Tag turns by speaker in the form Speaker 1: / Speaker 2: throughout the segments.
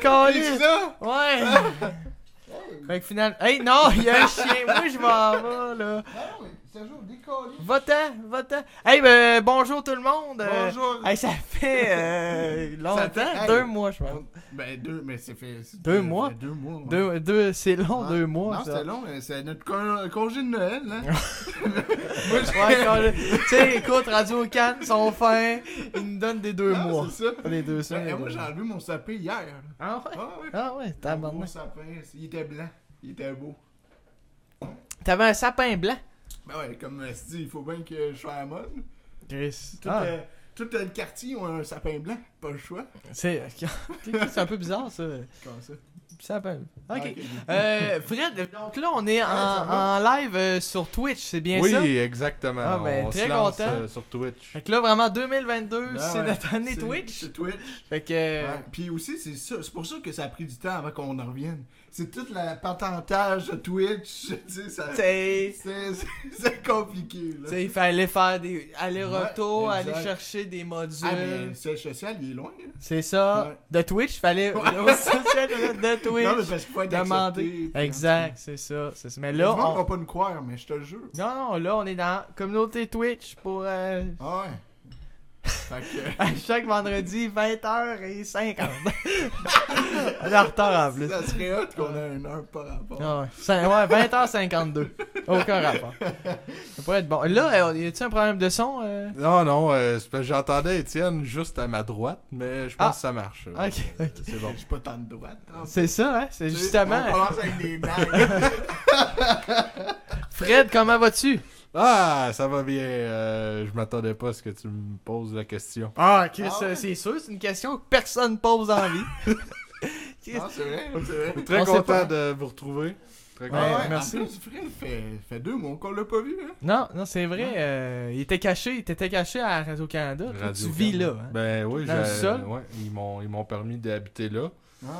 Speaker 1: colis.
Speaker 2: ça?
Speaker 1: Ouais. Fait que finalement. Hey, non, il y a un chien. Moi, je m'en vais, là.
Speaker 2: Non, mais Sergio, décollé.
Speaker 1: Va-t'en, va-t'en. Hey, ben, bonjour tout le monde. Euh,
Speaker 2: Bonjour.
Speaker 1: Hey, ça fait euh,
Speaker 2: Ça
Speaker 1: longtemps.
Speaker 2: fait- hey.
Speaker 1: Deux mois, je pense.
Speaker 2: Ben, deux, mais c'est fait. c'est-
Speaker 1: Deux mois?
Speaker 2: Deux mois. ouais.
Speaker 1: Deux, deux, c'est long,
Speaker 2: Ouais.
Speaker 1: deux mois.
Speaker 2: Non,
Speaker 1: ça.
Speaker 2: c'était long, mais c'est notre con- congé de Noël, hein. là.
Speaker 1: Ouais, quand je- tu sais, écoute, Radio Cannes sont fins. Ils nous donnent des deux
Speaker 2: Non,
Speaker 1: mois.
Speaker 2: Ah, C'est ça.
Speaker 1: Les deux
Speaker 2: Ben,
Speaker 1: semaines. les
Speaker 2: moi,
Speaker 1: deux
Speaker 2: j'ai
Speaker 1: mois.
Speaker 2: enlevé mon sapin hier. là.
Speaker 1: Ah ouais?
Speaker 2: Ah ouais.
Speaker 1: Ah ouais, t'as
Speaker 2: Mon
Speaker 1: abandonné.
Speaker 2: beau sapin, il était blanc. Il était beau.
Speaker 1: T'avais un sapin blanc.
Speaker 2: Ben ouais, comme euh, c'est dit, il faut bien que je sois à la mode.
Speaker 1: Chris.
Speaker 2: Tout, euh, tout euh, le quartier a un sapin blanc, pas le choix.
Speaker 1: C'est c'est un peu bizarre, ça.
Speaker 2: Comme ça.
Speaker 1: Sapin.
Speaker 2: Ah,
Speaker 1: Ok. Euh, Fred, donc là, on est en,
Speaker 2: ça va.
Speaker 1: en live euh, sur Twitch, c'est bien
Speaker 3: oui,
Speaker 1: ça?
Speaker 3: exactement.
Speaker 1: Ah, ben,
Speaker 3: on
Speaker 1: très
Speaker 3: se lance
Speaker 1: content.
Speaker 3: euh, sur Twitch.
Speaker 1: Fait que là, vraiment, 2022,
Speaker 2: Ben
Speaker 1: c'est
Speaker 2: ouais,
Speaker 1: notre année
Speaker 2: c'est-
Speaker 1: Twitch.
Speaker 2: C'est Twitch.
Speaker 1: Fait que... euh,
Speaker 2: Ouais. Puis aussi, c'est ça. C'est pour ça que ça a pris du temps avant qu'on en revienne. C'est tout le patentage de Twitch. Tu sais, ça.
Speaker 1: t'sais,
Speaker 2: C'est c'est compliqué, là.
Speaker 1: t'sais, il fallait faire des allers-retours,
Speaker 2: Ouais, exact.
Speaker 1: aller chercher des modules.
Speaker 2: Ah, mais le siège social, il est loin, hein. là.
Speaker 1: C'est ça.
Speaker 2: Ouais.
Speaker 1: De Twitch, fallait... au social de
Speaker 2: Non, mais
Speaker 1: Twitch,
Speaker 2: parce qu'il faut être
Speaker 1: demander.
Speaker 2: accepté.
Speaker 1: Exact, c'est ça. c'est ça. Mais là,
Speaker 2: Là, on
Speaker 1: on...
Speaker 2: va pas nous croire, mais je te le jure.
Speaker 1: Non, non, là, on est dans communauté Twitch pour... euh,
Speaker 2: Ah ouais. Fait que.
Speaker 1: à chaque vendredi, 20h50. on est en retard Ah, en plus.
Speaker 2: Ça serait hot qu'on ait une heure par rapport.
Speaker 1: Ah ouais, Cin- ouais, 20h52. Aucun rapport. Ça pourrait être bon. Là, euh, y a-tu un problème de son euh?
Speaker 3: Non, non, euh, c'est parce que j'entendais Étienne juste à ma droite, mais je pense
Speaker 1: Ah.
Speaker 3: que ça marche.
Speaker 1: Ah, Ok.
Speaker 3: Euh, C'est bon.
Speaker 2: Je suis pas tant de droite. hein.
Speaker 1: C'est ça, hein? C'est justement.
Speaker 2: On commence avec des nains.
Speaker 1: Fred, comment vas-tu?
Speaker 3: Ah, ça va bien. euh, je m'attendais pas à ce que tu me poses la question.
Speaker 1: Ah, Chris,
Speaker 2: Ah ouais?
Speaker 1: euh, c'est sûr, c'est une question que personne pose en vie. Chris,
Speaker 2: Non, c'est vrai, c'est vrai.
Speaker 3: Très
Speaker 1: On sait pas.
Speaker 3: content de vous retrouver. Très
Speaker 1: Ouais,
Speaker 3: content.
Speaker 2: Ah ouais,
Speaker 1: Ben, merci.
Speaker 2: En plus, Fred fait, fait deux mois qu'on l'a pas vu, hein.
Speaker 1: Non, non, c'est vrai. euh, il était caché, il était caché à Radio-Canada. Toi,
Speaker 3: Radio
Speaker 1: tu vis là.
Speaker 3: Canada.
Speaker 1: Hein?
Speaker 3: Ben oui,
Speaker 1: Dans le
Speaker 3: j'ai-
Speaker 1: sol?
Speaker 3: ouais, ils m'ont ils m'ont permis d'habiter là.
Speaker 2: Ah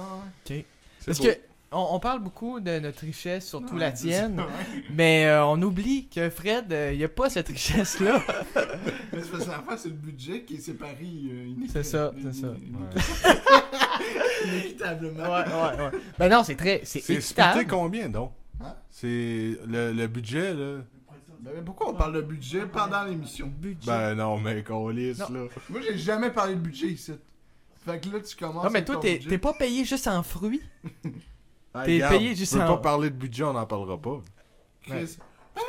Speaker 3: C'est
Speaker 1: Parce
Speaker 3: beau.
Speaker 1: que on, on parle beaucoup de notre richesse, surtout
Speaker 2: ouais.
Speaker 1: la tienne,
Speaker 2: Ah, Ouais.
Speaker 1: mais euh, on oublie que Fred, euh, il n'y a pas cette richesse-là.
Speaker 2: Mais c'est parce que l'affaire, c'est le budget qui est séparé. euh, iné-
Speaker 1: C'est ça, c'est
Speaker 2: iné-
Speaker 1: ça.
Speaker 3: Ouais.
Speaker 2: Inéquitablement.
Speaker 1: ouais, ouais, ouais. Ben non, c'est très. C'est
Speaker 3: C'est
Speaker 1: équitable.
Speaker 3: splitté combien donc
Speaker 2: Hein?
Speaker 3: C'est le, le budget là
Speaker 2: Ben, mais pourquoi on parle de budget pendant l'émission?
Speaker 1: Budget.
Speaker 3: Ben non, mais qu'on lisse
Speaker 1: Non.
Speaker 3: là.
Speaker 2: Moi, j'ai jamais parlé de budget ici. Fait que là, tu commences.
Speaker 1: non, mais
Speaker 2: avec
Speaker 1: toi,
Speaker 2: ton
Speaker 1: t'es
Speaker 2: budget.
Speaker 1: t'es pas payé juste en fruits.
Speaker 3: Ah,
Speaker 1: T'es
Speaker 3: regarde,
Speaker 1: payé juste
Speaker 3: Je peux
Speaker 1: en-
Speaker 3: pas parler de budget, on n'en parlera pas.
Speaker 2: Chris,
Speaker 1: C'est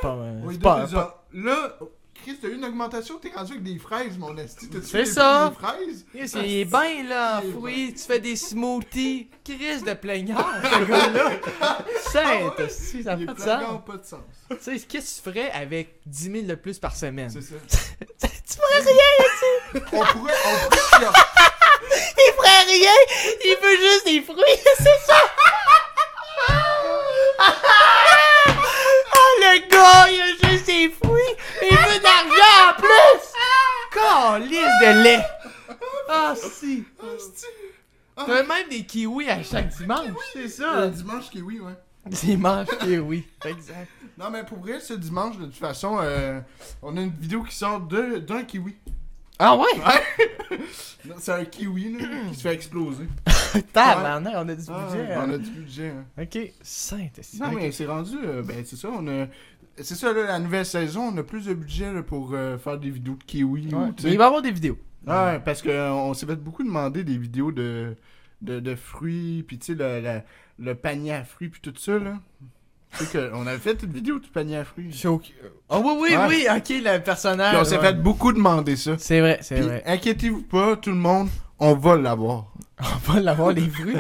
Speaker 1: pas. euh,
Speaker 2: on est
Speaker 1: c'est pas-
Speaker 2: deux
Speaker 1: pas-
Speaker 2: heures. Là, Chris, t'as eu une augmentation, t'es rendu avec des fraises, mon esti. T'as-tu
Speaker 1: C'est
Speaker 2: des-
Speaker 1: ça.
Speaker 2: Des fraises?
Speaker 1: Chris, il est bien là en
Speaker 2: Il est
Speaker 1: fruits. Tu fais des smoothies. Chris de plaignard, ce gars-là. Sainte,
Speaker 2: Ah ouais?
Speaker 1: si, ça n'a
Speaker 2: Il est
Speaker 1: pas de sens.
Speaker 2: vraiment pas de sens.
Speaker 1: Tu sais, qu'est-ce que tu ferais avec 10 000 de plus par semaine?
Speaker 2: C'est ça.
Speaker 1: tu ferais rien!
Speaker 2: On pourrait, on pourrait,
Speaker 1: Il ferait rien! Il veut juste des fruits, c'est ça! Ah, le gars, il a juste des fruits! Il veut de l'argent en plus! Calice de lait! Ah, si!
Speaker 2: Hostie.
Speaker 1: T'as même des kiwis à chaque dimanche, c'est ça?
Speaker 2: Le dimanche qui est oui, ouais.
Speaker 1: Dimanche kiwi. Exact.
Speaker 2: Non, mais pour vrai, ce dimanche, de toute façon, euh, on a une vidéo qui sort de- d'un kiwi.
Speaker 1: Ah ouais?
Speaker 2: Non, C'est un kiwi, là, qui se fait exploser.
Speaker 1: Tabarnak, on a du
Speaker 2: Ah,
Speaker 1: budget.
Speaker 2: on
Speaker 1: hein.
Speaker 2: a du budget, hein.
Speaker 1: Ok, sainte
Speaker 2: Non, mais c'est rendu, euh, ben c'est ça, on a... C'est ça, là, la nouvelle saison, on a plus de budget là, pour euh, faire des vidéos de kiwi. ou, tu sais.
Speaker 1: il va y avoir des vidéos.
Speaker 2: Ouais, parce que euh, on s'est fait beaucoup demander des vidéos de, de, de fruits, puis tu sais, le, le, le panier à fruits, puis tout ça, là. Tu sais que on avait fait une vidéo du panier à fruits. Puis
Speaker 1: Ah oui, oui,
Speaker 2: Ouais.
Speaker 1: oui, ok, le personnage.
Speaker 2: on s'est
Speaker 1: ouais.
Speaker 2: fait beaucoup demander ça.
Speaker 1: C'est vrai, c'est
Speaker 2: Puis
Speaker 1: vrai.
Speaker 2: inquiétez-vous pas, tout le monde, on va l'avoir.
Speaker 1: On va l'avoir les fruits.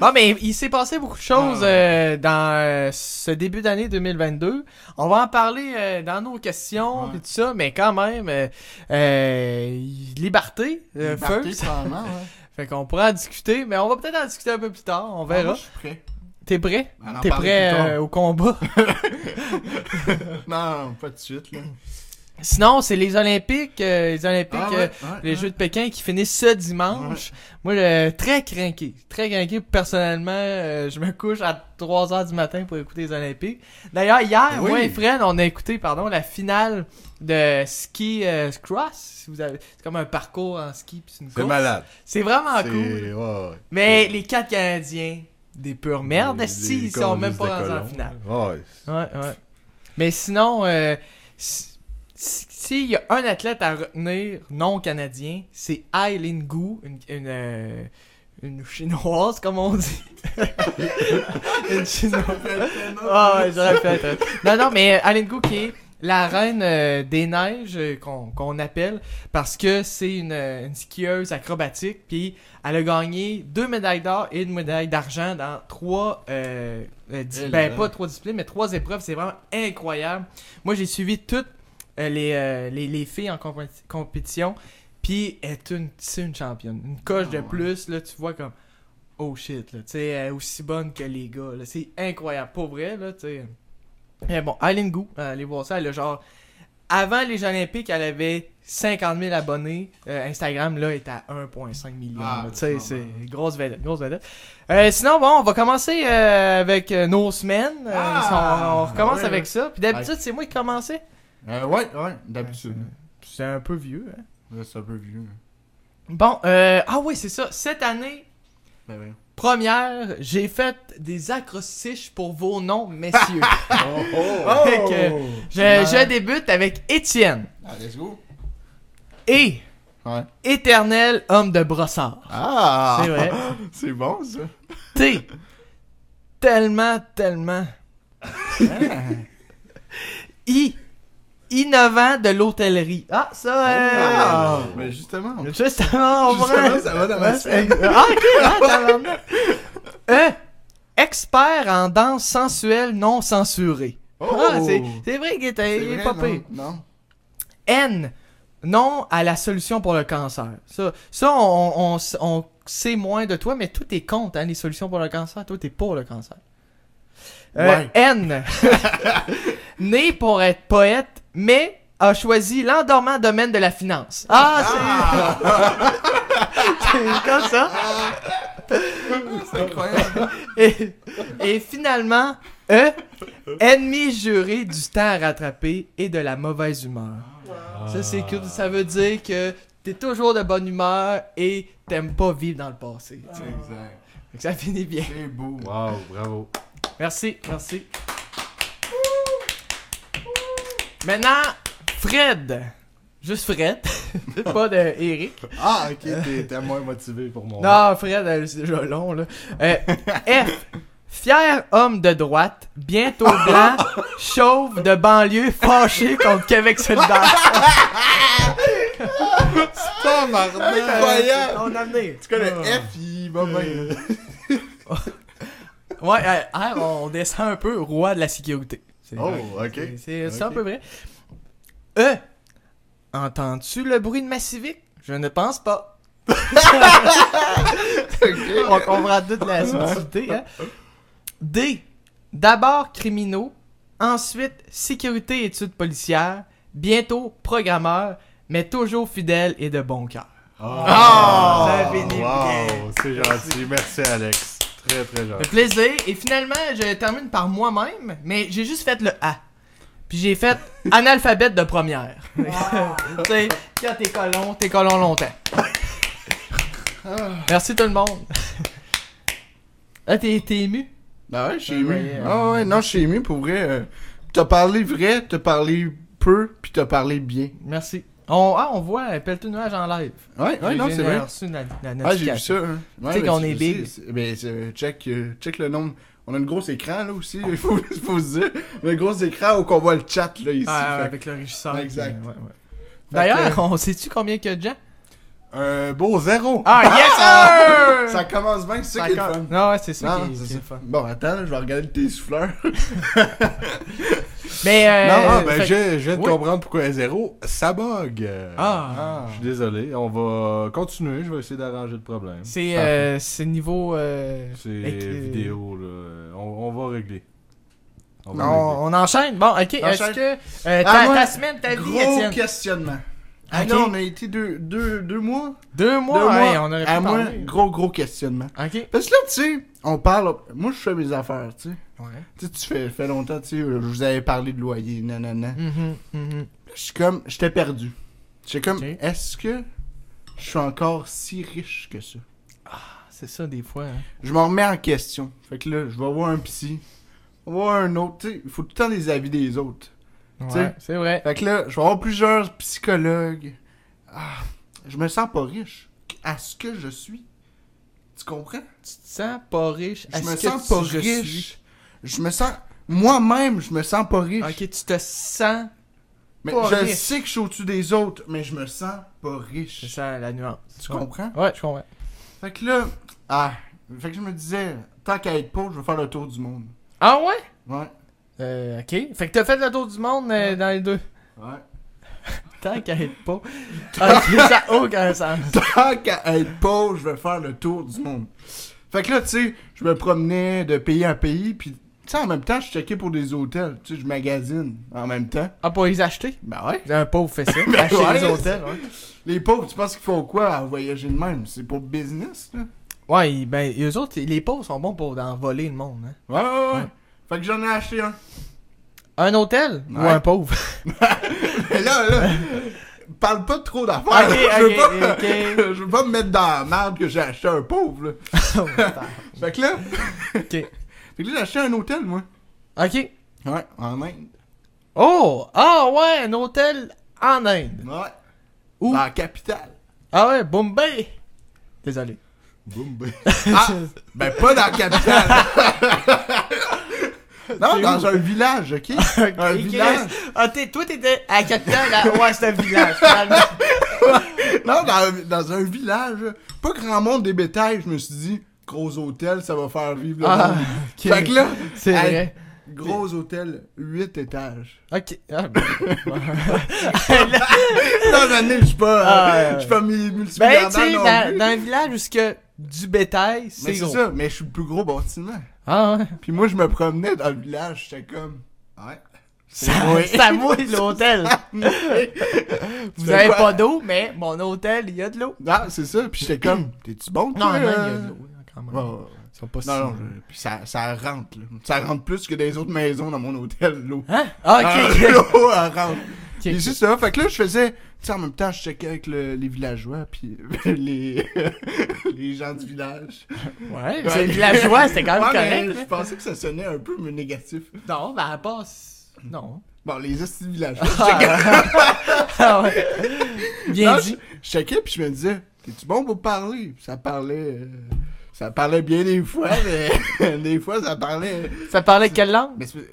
Speaker 1: Bon, mais il s'est passé beaucoup de choses
Speaker 2: Ah,
Speaker 1: euh, dans euh, ce début d'année 2022. On va en parler euh, dans nos questions
Speaker 2: Ouais.
Speaker 1: et tout ça, mais quand même, euh, euh, liberté, euh,
Speaker 2: Liberté,
Speaker 1: first.
Speaker 2: probablement, ouais.
Speaker 1: Fait qu'on pourra en discuter, mais on va peut-être en discuter un peu plus tard. On
Speaker 2: Ah,
Speaker 1: verra.
Speaker 2: moi, je suis prêt.
Speaker 1: T'es prêt? euh,
Speaker 2: On en
Speaker 1: T'es
Speaker 2: parle
Speaker 1: prêt
Speaker 2: plus tard.
Speaker 1: euh, au combat?
Speaker 2: Non, non, pas de suite, là.
Speaker 1: Sinon, c'est les Olympiques, euh, les Olympiques,
Speaker 2: Ah,
Speaker 1: euh,
Speaker 2: ouais, ouais,
Speaker 1: les
Speaker 2: ouais.
Speaker 1: Jeux de Pékin qui finissent ce dimanche. Moi, je- très craqué, très craqué. Personnellement, euh, je me couche à 3 heures du matin pour écouter les Olympiques. D'ailleurs, hier,
Speaker 2: Oui.
Speaker 1: moi et Fred, on a écouté, pardon, la finale de ski euh, cross. Si vous avez, c'est comme un parcours en ski puis c'est une
Speaker 3: C'est
Speaker 1: course.
Speaker 3: malade.
Speaker 1: C'est vraiment
Speaker 3: C'est-
Speaker 1: cool.
Speaker 3: ouais, ouais.
Speaker 1: Mais les quatre Canadiens, des pures merdes,
Speaker 3: Des-
Speaker 1: si,
Speaker 3: des
Speaker 1: ils sont même
Speaker 3: colis
Speaker 1: pas
Speaker 3: de
Speaker 1: dans la
Speaker 3: colons.
Speaker 1: finale.
Speaker 3: Ouais, c'est-
Speaker 1: Ouais, ouais. Mais sinon, euh, si- si- s'il y a un athlète à retenir non canadien, c'est Aileen Gu, une, une, euh, une chinoise, comme on dit. une chinoise. Ah ouais, j'aurais pu être- Non, non, mais euh, Aileen Gu qui est la reine euh, des neiges euh, qu'on qu'on appelle parce que c'est une, euh, une skieuse acrobatique. Puis elle a gagné deux médailles d'or et une médaille d'argent dans trois. euh, euh, dis-
Speaker 2: Elle,
Speaker 1: ben,
Speaker 2: hein.
Speaker 1: pas trois disciplines, mais trois épreuves. C'est vraiment incroyable. Moi, j'ai suivi toutes euh, les, euh, les, les filles en compé- compétition. Puis elle est une, c'est une championne. Une coche de
Speaker 2: Ah ouais.
Speaker 1: plus, là, tu vois comme. Oh shit, là, tu sais, elle est aussi bonne que les gars, là, c'est incroyable, pour vrai, là, tu sais. Mais bon, Aileen Gou, euh, allez voir ça, elle a genre, avant les Jeux Olympiques, elle avait 50 000 abonnés, Euh, Instagram, là, est à 1,5 million,
Speaker 2: Ah,
Speaker 1: là, tu sais,
Speaker 2: bon,
Speaker 1: c'est
Speaker 2: ben.
Speaker 1: une grosse vedette, grosse vedette. Euh, sinon, bon, on va commencer euh, avec euh, nos semaines, Euh,
Speaker 2: Ah,
Speaker 1: on, on recommence
Speaker 2: ouais,
Speaker 1: avec
Speaker 2: ouais.
Speaker 1: ça, puis d'habitude, c'est moi qui commençais.
Speaker 2: Euh, ouais, ouais, d'habitude.
Speaker 1: C'est un peu vieux, hein.
Speaker 2: Là, c'est un peu vieux. hein.
Speaker 1: Bon, euh, ah oui, c'est ça, cette année,
Speaker 2: Ben oui.
Speaker 1: Première, j'ai fait des acrostiches pour vos noms, messieurs.
Speaker 3: Oh, oh.
Speaker 1: Fait que je, je débute avec Étienne.
Speaker 2: Ah, let's go.
Speaker 1: Et
Speaker 2: Ouais.
Speaker 1: éternel homme de brossard.
Speaker 2: Ah!
Speaker 1: C'est vrai. Euh,
Speaker 2: c'est bon, ça.
Speaker 1: T. Tellement, tellement. Ah. I. Innovant de l'hôtellerie. Ah, ça, euh,
Speaker 2: Ah! Mais justement, on-
Speaker 1: Justement, on prend-
Speaker 2: justement, ça va dans ma semaine.
Speaker 1: Ah, ok, ah, tabarnak. E. Expert en danse sensuelle non censurée. Ah, c'est c'est vrai qu'il était
Speaker 2: Oh! C'est
Speaker 1: il est
Speaker 2: vrai,
Speaker 1: pas
Speaker 2: non?
Speaker 1: pire.
Speaker 2: Non.
Speaker 1: N. Non à la solution pour le cancer. Ça, ça on, on, s- on sait moins de toi, mais tout est contre hein, les solutions pour le cancer. Toi, t'es pour le cancer. Euh,
Speaker 2: Ouais.
Speaker 1: N. Né pour être poète, mais a choisi l'endormant domaine de la finance. Ah, c'est...
Speaker 2: Ah!
Speaker 1: c'est comme ça.
Speaker 2: C'est incroyable.
Speaker 1: Et, et finalement, E. Ennemi juré du temps à rattraper et de la mauvaise humeur. Ça, c'est
Speaker 3: Ah.
Speaker 1: que ça veut dire que t'es toujours de bonne humeur et t'aimes pas vivre dans le passé. tu sais.
Speaker 2: C'est exact.
Speaker 1: Fait que Ça finit bien.
Speaker 2: C'est beau.
Speaker 3: Wow, bravo.
Speaker 1: Merci, merci. Maintenant, Fred. Juste Fred. pas de Eric.
Speaker 3: Ah, ok, t'es- t'es moins motivé pour mon.
Speaker 1: Non, Fred, euh, c'est déjà long, là. Euh, F. Fier homme de droite, bientôt blanc, chauve de banlieue, fâché contre Québec solidaire.
Speaker 2: Putain, Incroyable!
Speaker 1: On a amené.
Speaker 2: En tout cas, le F, il va
Speaker 1: Euh,
Speaker 2: bien.
Speaker 1: Ouais, euh, R, on descend un peu, roi de la sécurité. C'est-
Speaker 3: Oh, ok.
Speaker 1: C'est- C'est c'est un
Speaker 3: Ok.
Speaker 1: peu vrai. E. Entends-tu le bruit de ma civique? Je ne pense pas. On comprend toute la subtilité. Hein? D. D'abord criminaux, ensuite sécurité et études policières, bientôt programmeur, mais toujours fidèle et de bon cœur.
Speaker 2: Ah!
Speaker 1: Ça finit bien.
Speaker 3: wow, c'est gentil. Merci, Alex. Très, très
Speaker 1: Le
Speaker 3: gentil.
Speaker 1: plaisir. Et finalement, je termine par moi-même, mais j'ai juste fait le A. Puis j'ai fait analphabète de première. tu sais, quand t'es colon, t'es colon longtemps.
Speaker 2: Ah.
Speaker 1: Merci tout le monde. Ah, t'es t'es ému?
Speaker 2: Ben ouais, je suis
Speaker 1: Ben
Speaker 2: ému.
Speaker 1: ouais, euh.
Speaker 2: Ah ouais, non, je suis ému pour vrai. euh, T'as parlé vrai, t'as parlé peu, puis t'as parlé bien.
Speaker 1: Merci. On, ah, on voit Pelletou Nuage en live.
Speaker 2: Ouais, ouais,
Speaker 1: J'ai-
Speaker 2: non,
Speaker 1: j'ai
Speaker 2: c'est vrai.
Speaker 1: reçu la, la
Speaker 2: Ah, j'ai vu
Speaker 1: notification.
Speaker 2: ça. Hein.
Speaker 1: Tu
Speaker 2: Ouais,
Speaker 1: sais
Speaker 2: ben,
Speaker 1: qu'on est
Speaker 2: c'est-
Speaker 1: big.
Speaker 2: c'est- Ben, c'est- check, euh, check le nombre. On a un gros écran là aussi, il faut, faut se dire. Un gros écran où qu'on voit le chat là ici.
Speaker 1: Ah,
Speaker 2: Fait
Speaker 1: avec le régisseur.
Speaker 2: Exact.
Speaker 1: Ouais, ouais. D'ailleurs,
Speaker 2: que-
Speaker 1: on sait-tu combien qu'il y a de gens?
Speaker 3: Un beau zéro.
Speaker 1: Ah, yes
Speaker 2: que
Speaker 1: sir!
Speaker 2: Ça commence bien, c'est ça qui est le fun.
Speaker 1: Non, ouais, c'est ça
Speaker 2: Non,
Speaker 1: qui est-
Speaker 2: c'est
Speaker 1: qui est
Speaker 2: ça.
Speaker 1: le fun.
Speaker 2: Bon, attends, là, je vais regarder tes souffleurs.
Speaker 1: Mais euh,
Speaker 3: non, ah, ben,
Speaker 1: fait-
Speaker 3: je, je viens de
Speaker 1: oui.
Speaker 3: comprendre pourquoi un zéro, ça bug. Euh,
Speaker 1: Ah.
Speaker 3: Je suis désolé. On va continuer. Je vais essayer d'arranger le problème.
Speaker 1: C'est
Speaker 3: Parfait.
Speaker 1: euh, c'est niveau euh,
Speaker 3: C'est
Speaker 1: avec, euh,
Speaker 3: vidéo, là. On, on va régler. On
Speaker 1: On,
Speaker 3: va régler.
Speaker 1: on enchaîne. Bon, ok. Est-ce
Speaker 2: Enchaîne.
Speaker 1: que euh, ta,
Speaker 2: Ah, moi,
Speaker 1: ta semaine, ta vie,
Speaker 2: Gros
Speaker 1: Étienne?
Speaker 2: questionnement. Ah
Speaker 1: Ok.
Speaker 2: non, on a été deux, deux, deux mois.
Speaker 1: Deux mois,
Speaker 2: deux
Speaker 1: ouais,
Speaker 2: mois
Speaker 1: on aurait pu
Speaker 2: à moi,
Speaker 1: parler.
Speaker 2: gros, gros questionnement.
Speaker 1: Ok.
Speaker 2: Parce que là, tu sais, on parle. Moi, je fais mes affaires, tu sais.
Speaker 1: Ouais.
Speaker 2: Tu sais, tu fais, fait longtemps, tu sais, je vous avais parlé de loyer, nanana.
Speaker 1: Mhm, mhm.
Speaker 2: Je suis comme, j'étais perdu. J'étais comme,
Speaker 1: Ok.
Speaker 2: est-ce que je suis encore si riche que ça?
Speaker 1: Ah, C'est ça, des fois. hein.
Speaker 2: Je m'en remets en question. Fait que là, je vais voir un psy. Je vais voir un autre, tu sais, il faut tout le temps des avis des autres. Tu sais.
Speaker 1: Ouais, c'est vrai.
Speaker 2: Fait que là, je vais avoir plusieurs psychologues. Ah, je me sens pas riche à ce que je suis. Tu comprends?
Speaker 1: Tu te sens pas riche.
Speaker 2: Je
Speaker 1: Est-ce
Speaker 2: me
Speaker 1: que
Speaker 2: sens
Speaker 1: tu-
Speaker 2: pas
Speaker 1: je suis-
Speaker 2: riche. Je me sens. Moi-même, je me sens pas riche.
Speaker 1: Ok, tu te sens.
Speaker 2: Mais
Speaker 1: pas
Speaker 2: je
Speaker 1: riche.
Speaker 2: sais que je suis au-dessus des autres, mais je me sens pas riche.
Speaker 1: Je sens la nuance.
Speaker 2: Tu
Speaker 1: Ouais.
Speaker 2: comprends?
Speaker 1: Ouais, je comprends.
Speaker 2: Fait que là, ah, fait que je me disais, tant qu'à être pauvre, je vais faire le tour du monde.
Speaker 1: Ah ouais?
Speaker 2: Ouais,
Speaker 1: Euh, ok. Fait que t'as fait le tour du monde euh,
Speaker 2: Ouais.
Speaker 1: dans les deux.
Speaker 2: ouais.
Speaker 1: Tant qu'à être pas. Ok, ça n'a aucun sens.
Speaker 2: Tant qu'à être pauvre, je vais faire le tour du monde. Fait que là, tu sais, je me promenais de pays en pays, puis tu sais, en même temps, je checkais pour des hôtels. Tu sais, je magasine en même temps.
Speaker 1: Ah, pour les acheter?
Speaker 2: Ben ouais.
Speaker 1: Un pauvre fait ça.
Speaker 2: Ben
Speaker 1: acheter
Speaker 2: ouais.
Speaker 1: Ah, les hôtels, ouais.
Speaker 2: Les pauvres, tu penses qu'ils font quoi à voyager de même? C'est pour business, là?
Speaker 1: Ouais, ils- ben, eux autres, les pauvres sont bons pour en voler le monde. Hein.
Speaker 2: Ouais, ouais, ouais.
Speaker 1: Ouais.
Speaker 2: Fait que j'en ai acheté un.
Speaker 1: Un hôtel ou
Speaker 2: Ouais.
Speaker 1: un pauvre?
Speaker 2: Mais là, là, parle pas de trop d'affaires.
Speaker 1: Ok,
Speaker 2: là. je, veux
Speaker 1: ok,
Speaker 2: pas,
Speaker 1: ok.
Speaker 2: je veux pas me mettre dans la merde que j'ai acheté un pauvre. Là. Fait que là,
Speaker 1: ok.
Speaker 2: fait que là, j'ai acheté un hôtel, moi.
Speaker 1: Ok.
Speaker 2: Ouais, en Inde.
Speaker 1: Oh! Ah ouais, un hôtel en Inde.
Speaker 2: Ouais.
Speaker 1: Où?
Speaker 2: Dans la capitale.
Speaker 1: Ah ouais, Bombay! Désolé.
Speaker 3: Boum, boum.
Speaker 2: Ah, ben pas dans la capitale. non, dans un village, ok? Un
Speaker 1: Et
Speaker 2: village.
Speaker 1: Chris, Ah, t'es, toi, t'étais à la capitale, à... ouais, c'est un village, finalement.
Speaker 2: Non, dans, dans un village. Pas grand monde des bétails, je me suis dit, gros hôtel, ça va faire vivre le
Speaker 1: Ah,
Speaker 2: monde.
Speaker 1: ok.
Speaker 2: Fait que là,
Speaker 1: C'est
Speaker 2: hey,
Speaker 1: vrai.
Speaker 2: gros hôtel, 8 étages.
Speaker 1: Ok. Ah, ben,
Speaker 2: Non, j'en ai, je suis pas,
Speaker 1: Ah, ouais,
Speaker 2: euh, je suis pas mi-
Speaker 1: ben
Speaker 2: multimilliardaire
Speaker 1: tu sais,
Speaker 2: non
Speaker 1: dans,
Speaker 2: plus.
Speaker 1: dans un village où ce que du bétail,
Speaker 2: Mais
Speaker 1: c'est
Speaker 2: c'est
Speaker 1: gros.
Speaker 2: ça, mais je suis le plus gros bâtiment.
Speaker 1: Ah ouais.
Speaker 2: Puis moi, je me promenais dans le village, j'étais comme, ouais.
Speaker 1: Ça,
Speaker 2: mouillé.
Speaker 1: ça mouille l'hôtel. Vous
Speaker 2: fais
Speaker 1: avez
Speaker 2: quoi?
Speaker 1: pas d'eau, mais mon hôtel, il y a de l'eau.
Speaker 2: Non, c'est ça, puis j'étais comme, t'es-tu bon,
Speaker 1: Non, mais
Speaker 2: toi?
Speaker 1: il y a
Speaker 2: euh?
Speaker 1: de l'eau, Ah, hein, quand même.
Speaker 2: Ouais, ouais, ouais.
Speaker 1: Ils sont pas si-
Speaker 2: Non, non, je- puis ça, ça rentre, là. Ça rentre plus que des autres maisons dans mon hôtel, l'eau.
Speaker 1: Hein? Ah,
Speaker 2: Ah,
Speaker 1: ok, ok.
Speaker 2: l'eau, elle rentre.
Speaker 1: ok.
Speaker 2: Puis c'est ça, fait que là, je faisais, tu sais, en même temps, je checkais avec le- les villageois, puis les, les gens du village.
Speaker 1: Ouais, c'est de la joie, c'était quand même
Speaker 2: Ouais, mais
Speaker 1: correct. hein.
Speaker 2: Je pensais que ça sonnait un peu mais négatif.
Speaker 1: Non, ben, à part. c'est- Non.
Speaker 2: Bon, les hosties de villageois.
Speaker 1: Ah ouais. Ah, Bien
Speaker 2: Non,
Speaker 1: dit.
Speaker 2: je- Je checkais puis je me disais, t'es-tu bon pour parler? Puis ça parlait. euh, ça parlait bien des fois, mais des fois ça parlait.
Speaker 1: Ça parlait quelle langue?
Speaker 2: Mais c'est.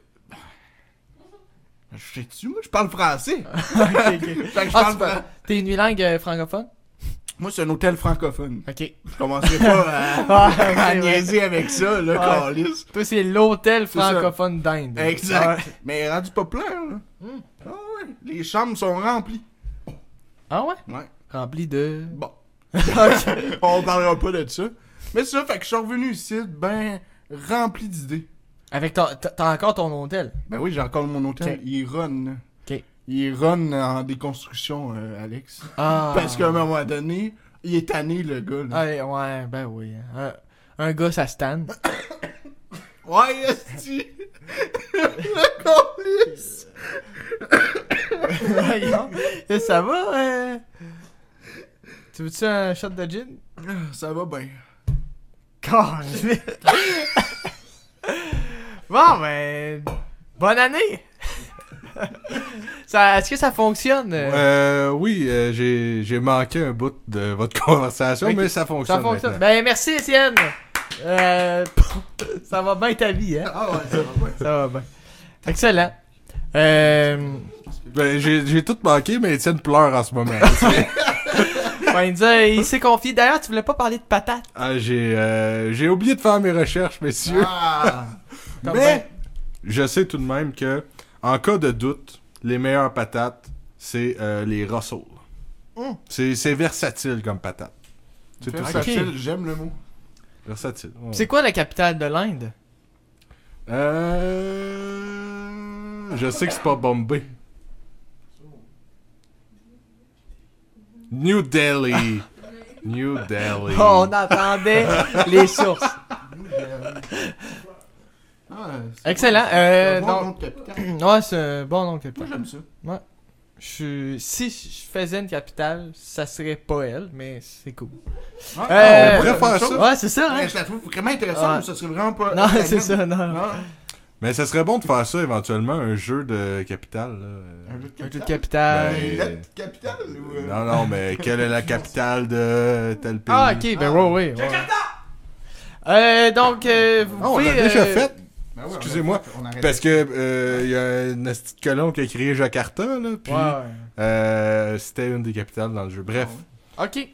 Speaker 2: Je sais-tu, moi, je parle français.
Speaker 1: Ok, ok.
Speaker 2: Fait que je
Speaker 1: Ah,
Speaker 2: parle
Speaker 1: tu parles-
Speaker 2: fran-
Speaker 1: T'es une langue euh, francophone?
Speaker 2: Moi, c'est un hôtel francophone.
Speaker 1: Ok.
Speaker 2: Je commencerai pas
Speaker 1: Ah,
Speaker 2: à, à
Speaker 1: c'est vrai.
Speaker 2: niaiser avec ça, là,
Speaker 1: Ouais.
Speaker 2: câlisse.
Speaker 1: Toi, c'est l'hôtel
Speaker 2: C'est ça.
Speaker 1: francophone d'Inde. Ah, Ouais.
Speaker 2: Exact. Mais rendu populaire, là.
Speaker 1: Hmm.
Speaker 2: Ah ouais, les chambres sont remplies.
Speaker 1: Ah ouais?
Speaker 2: Ouais.
Speaker 1: Rempli de.
Speaker 2: Bon.
Speaker 1: Ok.
Speaker 2: On parlera pas de ça. Mais c'est ça, fait que je suis revenu ici, ben, rempli d'idées.
Speaker 1: Avec ton. t'as- T'as encore ton hôtel?
Speaker 2: Ben oui, j'ai encore mon hôtel.
Speaker 1: Ok.
Speaker 2: Il run.
Speaker 1: Ok.
Speaker 2: Il run en déconstruction, euh, Alex.
Speaker 1: Ah.
Speaker 2: Parce qu'à un moment donné, il est tanné, le gars. là.
Speaker 1: Ouais, ouais, ben oui. hein. Un, un gars, ça stand.
Speaker 2: Ouais, esti! le complice!
Speaker 1: Voyons. Et ça va? euh? Tu veux-tu un shot de gin?
Speaker 2: Ça va bien.
Speaker 1: bon, ben. Bonne année! ça, Est-ce que ça fonctionne? euh?
Speaker 3: Euh, oui, euh, j'ai j'ai manqué un bout de votre conversation,
Speaker 1: Ok.
Speaker 3: mais ça
Speaker 1: Ça
Speaker 3: fonctionne.
Speaker 1: fonctionne.
Speaker 3: maintenant.
Speaker 1: Ben, merci, Étienne. Euh, ça va bien ta vie, hein?
Speaker 2: Ah ouais, ça va bien.
Speaker 1: Ça va bien. Excellent. Euh,
Speaker 3: Ben, j'ai j'ai tout manqué, mais Étienne pleure en ce moment.
Speaker 1: ben, il, disait- il s'est confié. D'ailleurs, tu voulais pas parler de patates.
Speaker 3: ah, j'ai euh, j'ai oublié de faire mes recherches, messieurs.
Speaker 2: Ah!
Speaker 1: T'as
Speaker 3: mais je sais tout de même que, en cas de doute, les meilleures patates, c'est euh, les Russell.
Speaker 1: Mm.
Speaker 3: C'est c'est versatile comme patate. C'est tout ça.
Speaker 1: Ok.
Speaker 2: Versatile, j'aime le mot.
Speaker 3: Versatile. ouais.
Speaker 1: C'est quoi la capitale de l'Inde?
Speaker 3: Euh... Je sais que c'est pas Bombay. New Delhi. New Delhi.
Speaker 1: On attendait les sources.
Speaker 2: Ah, c'est
Speaker 1: Excellent.
Speaker 2: un
Speaker 1: Euh,
Speaker 2: bon
Speaker 1: donc-
Speaker 2: nom de capitaine.
Speaker 1: ouais, c'est un bon nom de
Speaker 2: Moi,
Speaker 1: capitale.
Speaker 2: j'aime ça.
Speaker 1: Je suis- Si je faisais une capitale, ça serait pas elle, mais c'est cool.
Speaker 2: Ah,
Speaker 1: Euh,
Speaker 3: on pourrait faire ça.
Speaker 1: Ouais, c'est ça, hein?
Speaker 2: Ouais, Je la trouve vraiment intéressante,
Speaker 1: Ouais.
Speaker 2: mais ça serait vraiment pas.
Speaker 1: Non,
Speaker 2: italienne.
Speaker 1: c'est ça, non.
Speaker 2: Non.
Speaker 3: Mais ça serait bon de faire ça éventuellement, un jeu de capitale. là. Euh,
Speaker 2: Un jeu de
Speaker 1: Un jeu de
Speaker 2: capitaine.
Speaker 1: capitale.
Speaker 3: Ben,
Speaker 2: Une lettre de capitale ou. euh,
Speaker 3: Non, non, mais quelle est la capitale de tel pays?
Speaker 1: Ah, ok, ben
Speaker 2: Ah.
Speaker 1: ouais, ouais. ouais. Euh, donc, euh, vous
Speaker 3: Ah, on
Speaker 1: pouvez,
Speaker 3: l'a déjà
Speaker 1: euh,
Speaker 3: fait.
Speaker 2: ben ouais, on a-
Speaker 3: Excusez-moi,
Speaker 2: on arrête.
Speaker 3: Parce que euh, il y a un asti de colon qui a créé Jakarta, là, puis
Speaker 1: Ouais, ouais.
Speaker 3: euh, c'était une des capitales dans le jeu. Bref,
Speaker 1: Ok,
Speaker 3: je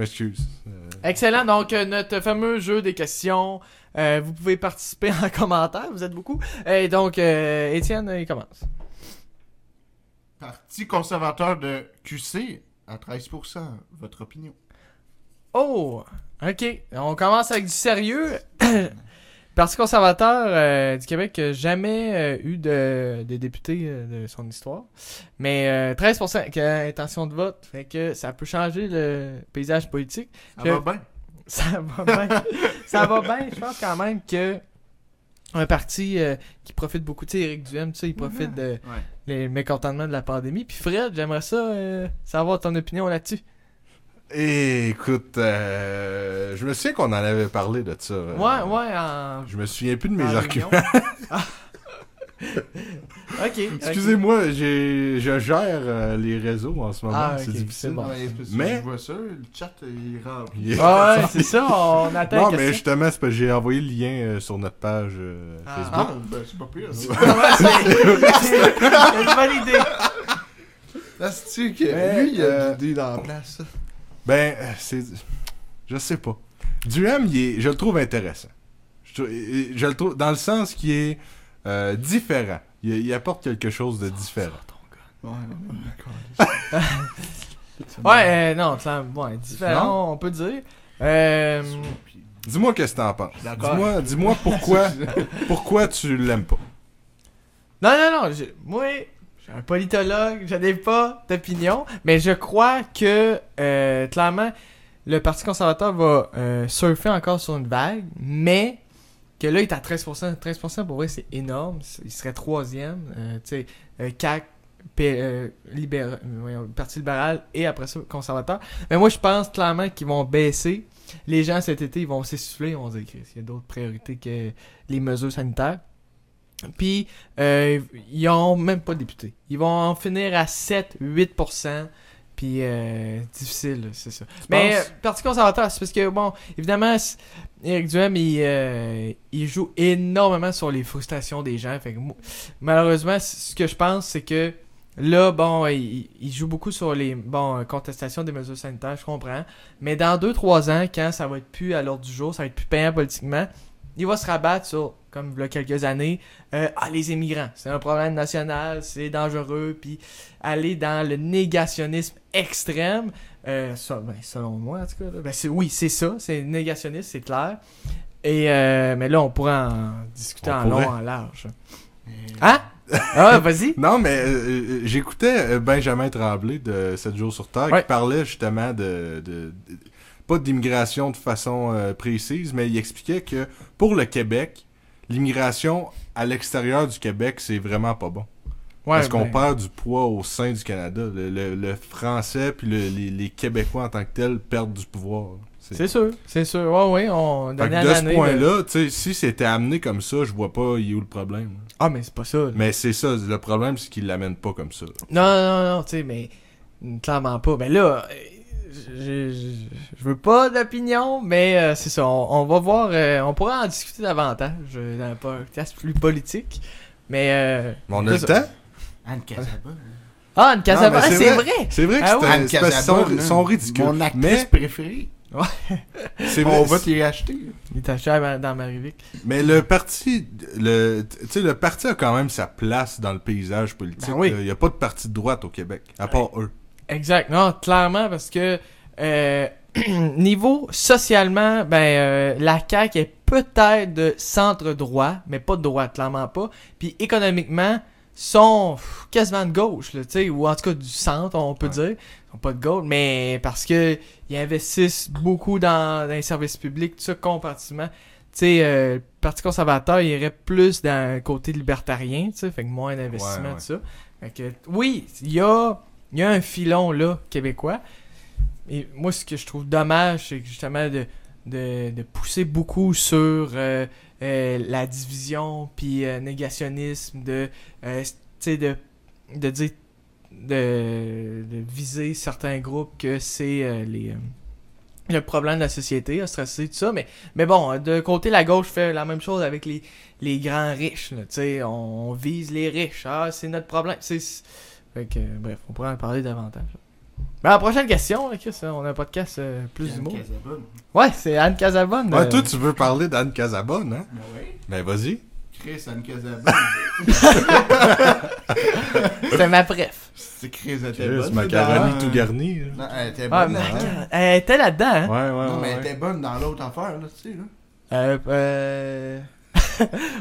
Speaker 3: m'excuse. Euh,
Speaker 1: excellent. Donc, euh, notre fameux jeu des questions, euh, vous pouvez participer en commentaire, vous êtes beaucoup. Et donc, euh, Étienne, il commence.
Speaker 2: Parti conservateur de QC à 13%. Votre opinion.
Speaker 1: Oh, ok. On commence avec du sérieux. Parti conservateur euh, du Québec n'a jamais euh, eu de, de député euh, de son histoire. Mais euh, 13% qui a intention de vote. Fait que ça peut changer le paysage politique.
Speaker 2: Ça
Speaker 1: Je-
Speaker 2: va bien.
Speaker 1: Ça va bien. ça va bien. Je pense quand même que un parti euh, qui profite beaucoup, tu sais, Éric Duhem, tu sais, il profite de
Speaker 2: Ouais.
Speaker 1: les mécontentements de la pandémie. Puis Fred, j'aimerais ça euh, savoir ton opinion là-dessus.
Speaker 3: Et écoute, euh, je me souviens qu'on en avait parlé de ça.
Speaker 1: Ouais,
Speaker 3: euh,
Speaker 1: ouais, en...
Speaker 3: Je me souviens plus de mes
Speaker 1: en
Speaker 3: arguments.
Speaker 1: réunion. Ah. ok. ok.
Speaker 3: Excusez-moi, j'ai- je gère euh, les réseaux en ce moment.
Speaker 1: Ah,
Speaker 3: c'est
Speaker 1: ok,
Speaker 3: difficile.
Speaker 1: c'est bon.
Speaker 2: Non, mais, parce que
Speaker 3: Mais-
Speaker 2: Je vois ça, le chat il rempli.
Speaker 3: Il est-
Speaker 1: Ah ouais, c'est ça, on attend
Speaker 3: non,
Speaker 1: la
Speaker 3: mais
Speaker 1: question.
Speaker 3: justement, c'est parce que j'ai envoyé le lien euh, sur notre page euh,
Speaker 1: Ah.
Speaker 3: Facebook.
Speaker 2: Ah, ben, c'est pas pire. ça.
Speaker 1: C'est une bonne idée.
Speaker 2: Là, c'est-tu que
Speaker 3: Mais,
Speaker 2: lui, il a
Speaker 3: euh,
Speaker 2: l'idée dans la place. ça.
Speaker 1: Ah.
Speaker 3: Ben, euh, c'est. Je sais pas. Duham, il est- je le trouve intéressant. Je, trou- euh, je le trouve dans le sens qui est euh, différent. Il, il apporte quelque chose de différent.
Speaker 2: Ouais,
Speaker 1: Ouais, euh, non, ça, ouais, différent, on peut dire. Euh,
Speaker 3: Dis-moi qu'est-ce que t'en penses.
Speaker 2: D'accord.
Speaker 3: Dis-moi dis-moi pourquoi, pourquoi tu l'aimes pas.
Speaker 1: non, non, non, je- moi, je suis un politologue, je n'ai pas d'opinion, mais je crois que, euh, clairement, le Parti conservateur va euh, surfer encore sur une vague, mais que là, il est à 13%. 13% pour vrai, c'est énorme. C'est- Il serait troisième. Euh, tu sais, euh, CAC, P- euh, libéra- euh, voyons, Parti libéral et après ça, conservateur. Mais moi, je pense clairement qu'ils vont baisser. Les gens cet été, ils vont s'essouffler. On va dire, Chris, il y a d'autres priorités que les mesures sanitaires. Puis, euh, ils ont même pas de députés. Ils vont en finir à 7-8%. Puis, euh, difficile, là, c'est ça. Mais
Speaker 3: penses?
Speaker 1: euh, Parti conservateur, c'est parce que, bon, évidemment, c- Éric Duhem, il, euh, il joue énormément sur les frustrations des gens. Fait que moi- malheureusement, c- ce que je pense, c'est que là, bon, il, il joue beaucoup sur les bon, euh, contestations des mesures sanitaires, je comprends. Mais dans 2-3 ans, quand ça va être plus à l'ordre du jour, ça va être plus payant politiquement, il va se rabattre sur, comme il y a quelques années, euh, ah, les immigrants, c'est un problème national, c'est dangereux, puis aller dans le négationnisme extrême, euh, ça, ben, selon moi en tout cas, là, ben, c'est, oui, c'est ça, c'est négationniste, c'est clair. Et euh, mais là, on pourra en discuter
Speaker 3: On
Speaker 1: en
Speaker 3: pourrait.
Speaker 1: long, en large. Hein? Ah, vas-y.
Speaker 3: Non, mais euh, euh, j'écoutais euh, Benjamin Tremblay de 7 jours sur Terre
Speaker 1: Ouais.
Speaker 3: qui parlait justement de. de- de- pas d'immigration de façon euh, précise, mais il expliquait que pour le Québec, l'immigration à l'extérieur du Québec, c'est vraiment pas bon. Parce qu'on
Speaker 1: ben,
Speaker 3: perd du poids au sein du Canada. Le, le- le français puis le- les, les Québécois en tant que tels perdent du pouvoir. C'est-
Speaker 1: C'est sûr, c'est sûr. Ouais, ouais, on
Speaker 3: Fait que
Speaker 1: donnait à
Speaker 3: de ce
Speaker 1: l'année, là.
Speaker 3: point-là, tu sais, si c'était amené comme ça, je vois pas il est où le problème.
Speaker 1: Ah, mais c'est pas ça. là.
Speaker 3: Mais c'est ça, le problème, c'est qu'il l'amène pas comme ça.
Speaker 1: Non, non, non, tu sais, mais clairement pas. Ben là, euh, je- je je veux pas d'opinion, mais euh, c'est ça. On, on va voir, euh, on pourra en discuter davantage euh, dans un podcast plus politique. Mais. euh,
Speaker 3: Mais on a le
Speaker 1: c'est ça.
Speaker 3: temps.
Speaker 2: Anne Casaba.
Speaker 1: Ah, une
Speaker 3: Non, mais
Speaker 1: Casablanca,
Speaker 3: c'est
Speaker 1: c'est
Speaker 3: vrai.
Speaker 1: vrai.
Speaker 3: C'est vrai que
Speaker 1: Ah ouais.
Speaker 3: c'est un- c'est parce qu'ils sont,
Speaker 2: Casabonne,
Speaker 3: ils sont
Speaker 2: là.
Speaker 3: ridicules.
Speaker 2: Mon actrice
Speaker 3: mais
Speaker 2: préférée.
Speaker 3: c'est
Speaker 2: On
Speaker 3: vrai-
Speaker 2: va t'y acheter.
Speaker 1: Il est acheté à ma- dans Marivic.
Speaker 3: mais le parti, le, tu sais, le parti a quand même sa place dans le paysage politique.
Speaker 1: Ben oui.
Speaker 3: là. Il n'y a pas de parti de droite au Québec, à part eux.
Speaker 1: Exact. Non, clairement, parce que euh, niveau socialement, ben euh, la CAQ est peut-être de centre droit, mais pas de droite, clairement pas. Puis économiquement, sont pff, quasiment de gauche, là, tu sais, ou en tout cas du centre, on peut
Speaker 3: Ouais.
Speaker 1: dire. Ils sont pas de gauche, mais parce que ils investissent beaucoup dans, dans les services publics, tout ça, compartiment. Tu sais, euh, le Parti conservateur, il irait plus dans le côté libertarien, tu sais, fait que moins d'investissement,
Speaker 3: Ouais, ouais.
Speaker 1: tout ça. Fait que, oui, il y a, il y a un filon, là, québécois. Et moi, ce que je trouve dommage, c'est que justement de, de, de pousser beaucoup sur euh, euh, la division, puis euh, négationnisme, de, euh, tu sais, de, de dire, de, de viser certains groupes que c'est euh, les... euh, le problème de la société, à stresser, tout ça, mais, mais bon, euh, de côté, la gauche fait la même chose avec les, les grands riches, là, tu sais, on, on vise les riches, ah, c'est notre problème, c'est... c'est- Fait que, euh, bref, on pourrait en parler davantage. Ben, la prochaine question, là, Chris, hein, on a un podcast euh, plus d'humour. Ouais, c'est Anne Casabonne.
Speaker 3: Ouais,
Speaker 1: euh,
Speaker 3: toi, tu veux parler d'Anne Casabonne, hein?
Speaker 2: Ben oui.
Speaker 3: Ben, vas-y.
Speaker 2: Chris Anne Casabonne.
Speaker 1: C'est ma préf.
Speaker 2: C'est Chris, elle était
Speaker 3: Chris,
Speaker 2: bonne.
Speaker 3: macaroni
Speaker 2: dans-
Speaker 3: tout garni. là.
Speaker 2: Non, elle était
Speaker 1: Ah,
Speaker 2: bonne.
Speaker 1: mais
Speaker 2: dans-
Speaker 1: attends, elle était là-dedans, hein?
Speaker 3: Ouais, ouais,
Speaker 2: Non, mais
Speaker 3: ouais,
Speaker 2: elle
Speaker 3: ouais.
Speaker 2: était bonne dans l'autre affaire, là, tu sais, là.
Speaker 1: Euh, euh...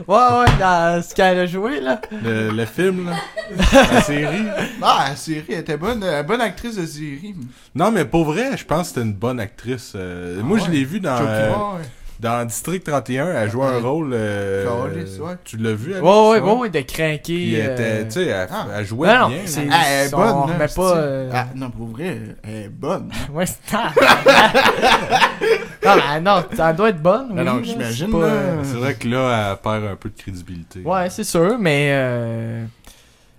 Speaker 1: ouais, ouais, dans ce qu'elle a joué, là.
Speaker 3: Le, le film, là. la série.
Speaker 2: Ah, la série, elle était bonne. euh, bonne actrice de série.
Speaker 3: Non, mais pour vrai, je pense que c'était une bonne actrice. Euh,
Speaker 2: Ah
Speaker 3: moi, je
Speaker 2: ouais.
Speaker 3: l'ai vue dans, euh,
Speaker 2: Chokiwa, ouais.
Speaker 3: dans District 31. Elle jouait un
Speaker 2: Elle-
Speaker 3: rôle. euh,
Speaker 2: Calisse, ouais.
Speaker 3: Tu l'as vu,
Speaker 1: Ouais,
Speaker 3: Alex,
Speaker 1: ouais, ouais, ouais, de cranky.
Speaker 3: Puis elle était,
Speaker 1: euh,
Speaker 3: tu sais, elle,
Speaker 2: ah.
Speaker 3: elle jouait
Speaker 1: Non, non,
Speaker 3: bien.
Speaker 1: c'est.
Speaker 3: là.
Speaker 2: Ah, elle est
Speaker 1: on
Speaker 2: bonne,
Speaker 1: remet
Speaker 2: là,
Speaker 1: pas.
Speaker 2: c'est-
Speaker 1: euh,
Speaker 2: Ah, non, pour vrai, elle est bonne. hein.
Speaker 1: Ouais, c'est. non, mais non, ça doit être bonne.
Speaker 2: Non,
Speaker 1: oui,
Speaker 2: non,
Speaker 1: là,
Speaker 2: j'imagine,
Speaker 1: c'est pas,
Speaker 2: là.
Speaker 1: euh,
Speaker 3: C'est vrai que là, elle perd un peu de crédibilité.
Speaker 1: Ouais, c'est sûr, mais. Euh...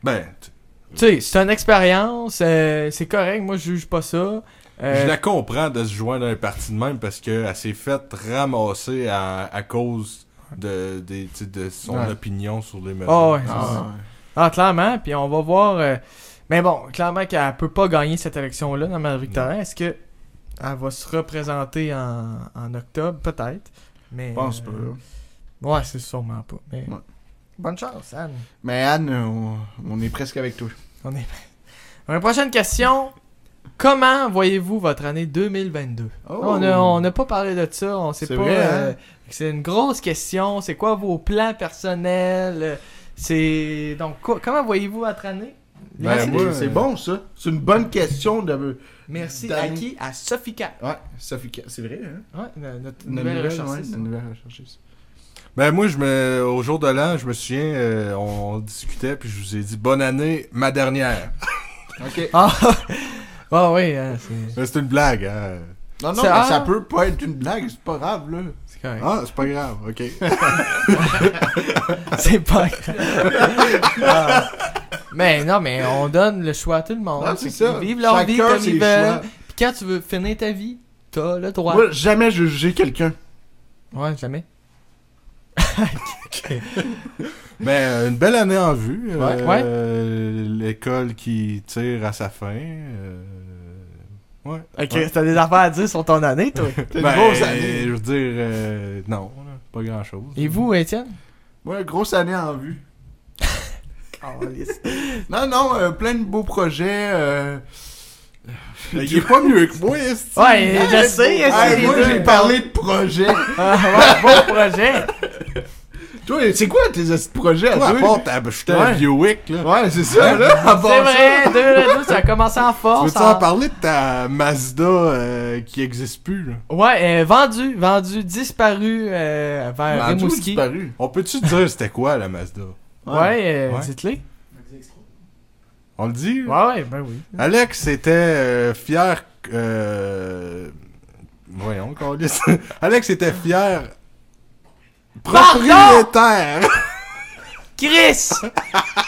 Speaker 3: Ben, tu-
Speaker 1: Tu sais, c'est une expérience, euh, c'est correct, moi je juge pas ça. Euh,
Speaker 3: je la comprends de se joindre à un parti de même parce qu'elle s'est faite ramasser à, à cause de, des- tu sais, de son
Speaker 2: Ouais.
Speaker 3: opinion sur les mesures.
Speaker 1: Ah ouais, c'est ça.
Speaker 2: Ah,
Speaker 1: Ah, clairement, puis on va voir. euh, Mais bon, clairement qu'elle peut pas gagner cette élection-là dans Marie Victorin. Est-ce que elle va se représenter en, en octobre Peut-être. Mais.
Speaker 2: je pense pas.
Speaker 1: euh, Ouais, c'est sûrement pas. Mais...
Speaker 2: Ouais.
Speaker 1: Bonne chance, Anne.
Speaker 2: Mais Anne, on, on est presque avec toi.
Speaker 1: On est. Une prochaine question. Comment voyez-vous votre année 2022
Speaker 2: Oh.
Speaker 1: On a- on n'a pas parlé de ça, on sait
Speaker 2: C'est
Speaker 1: pas.
Speaker 2: vrai,
Speaker 1: euh,
Speaker 2: hein?
Speaker 1: C'est une grosse question. C'est quoi vos plans personnels euh, C'est donc quoi- comment voyez-vous votre année
Speaker 3: Ben,
Speaker 2: Ah, c'est-
Speaker 3: moi,
Speaker 2: c'est
Speaker 3: euh,
Speaker 2: bon, ça. C'est une bonne question de.
Speaker 1: Merci à
Speaker 2: Dany.
Speaker 1: qui À Sophie Cap.
Speaker 2: Ouais, Sophie, Ca- c'est vrai, hein?
Speaker 1: Ouais, no- notre
Speaker 2: Une
Speaker 1: nouvelle
Speaker 2: ouais,
Speaker 1: recherchiste.
Speaker 2: une nouvelle recherchiste.
Speaker 3: Ben moi, je me, au jour de l'an, je me souviens, euh, on discutait, puis je vous ai dit « Bonne année, ma dernière
Speaker 2: Ok.
Speaker 1: Ah Ah oui, hein, c'est- ».
Speaker 3: Mais C'est une blague, hein?
Speaker 2: Non, non,
Speaker 1: C'est-
Speaker 2: mais
Speaker 1: ah.
Speaker 2: ça peut pas être une blague, c'est pas grave, là.
Speaker 1: c'est correct.
Speaker 3: Ah, c'est pas grave, ok.
Speaker 1: C'est pas grave. Ah. Mais non, mais on donne le choix à tout le monde.
Speaker 2: Ah, c'est ça.
Speaker 1: Ils vivent leur vie
Speaker 2: Chacun
Speaker 1: comme
Speaker 2: ses
Speaker 1: ils veulent.
Speaker 2: choix.
Speaker 1: Puis quand tu veux finir ta vie, t'as le droit.
Speaker 2: Moi, jamais juger quelqu'un.
Speaker 1: Ouais, jamais.
Speaker 3: Mais euh, une belle année en vue. euh,
Speaker 1: Ouais. Ouais.
Speaker 3: euh, L'école qui tire à sa fin. euh, ouais.
Speaker 1: Ok,
Speaker 3: Ouais.
Speaker 1: t'as des affaires à dire sur ton année, toi.
Speaker 2: T'as une
Speaker 3: Ben,
Speaker 2: grosse année.
Speaker 3: Je veux dire, euh, non, là, pas grand-chose.
Speaker 1: Et vous, Étienne
Speaker 2: Ouais, grosse année en vue. Non, non, euh, plein de beaux projets. euh,
Speaker 3: Mais Ben, Il est pas mieux que moi, est-ce
Speaker 1: Ouais, je
Speaker 2: hey,
Speaker 1: sais,
Speaker 2: hey,
Speaker 1: c'est-
Speaker 2: moi, j'ai parlé de projets.
Speaker 1: Ah, ouais, bon projet.
Speaker 2: Toi, c'est quoi tes petits projets à
Speaker 3: Toi, à
Speaker 2: toi?
Speaker 3: part ta- j'étais à
Speaker 2: Ouais.
Speaker 3: Buick, là.
Speaker 2: Ouais, c'est ça, là. à part
Speaker 1: C'est vrai,
Speaker 2: ça.
Speaker 1: 2022, ça a commencé en
Speaker 3: Tu
Speaker 1: force.
Speaker 3: veux-tu en parler de ta Mazda euh, qui existe plus, là?
Speaker 1: Ouais, euh, vendu, vendu, disparu euh, vers
Speaker 2: Manchou
Speaker 1: Rimouski.
Speaker 2: disparu.
Speaker 3: On peut-tu dire c'était quoi, la Mazda?
Speaker 1: Ouais, euh,
Speaker 3: Ouais.
Speaker 1: dites-le. Ouais,
Speaker 3: On le dit? là?
Speaker 1: ouais, ben oui.
Speaker 3: Alex était euh, fier... Euh... Voyons, câlisse. Alex était fier... Propriétaire!
Speaker 1: Chris!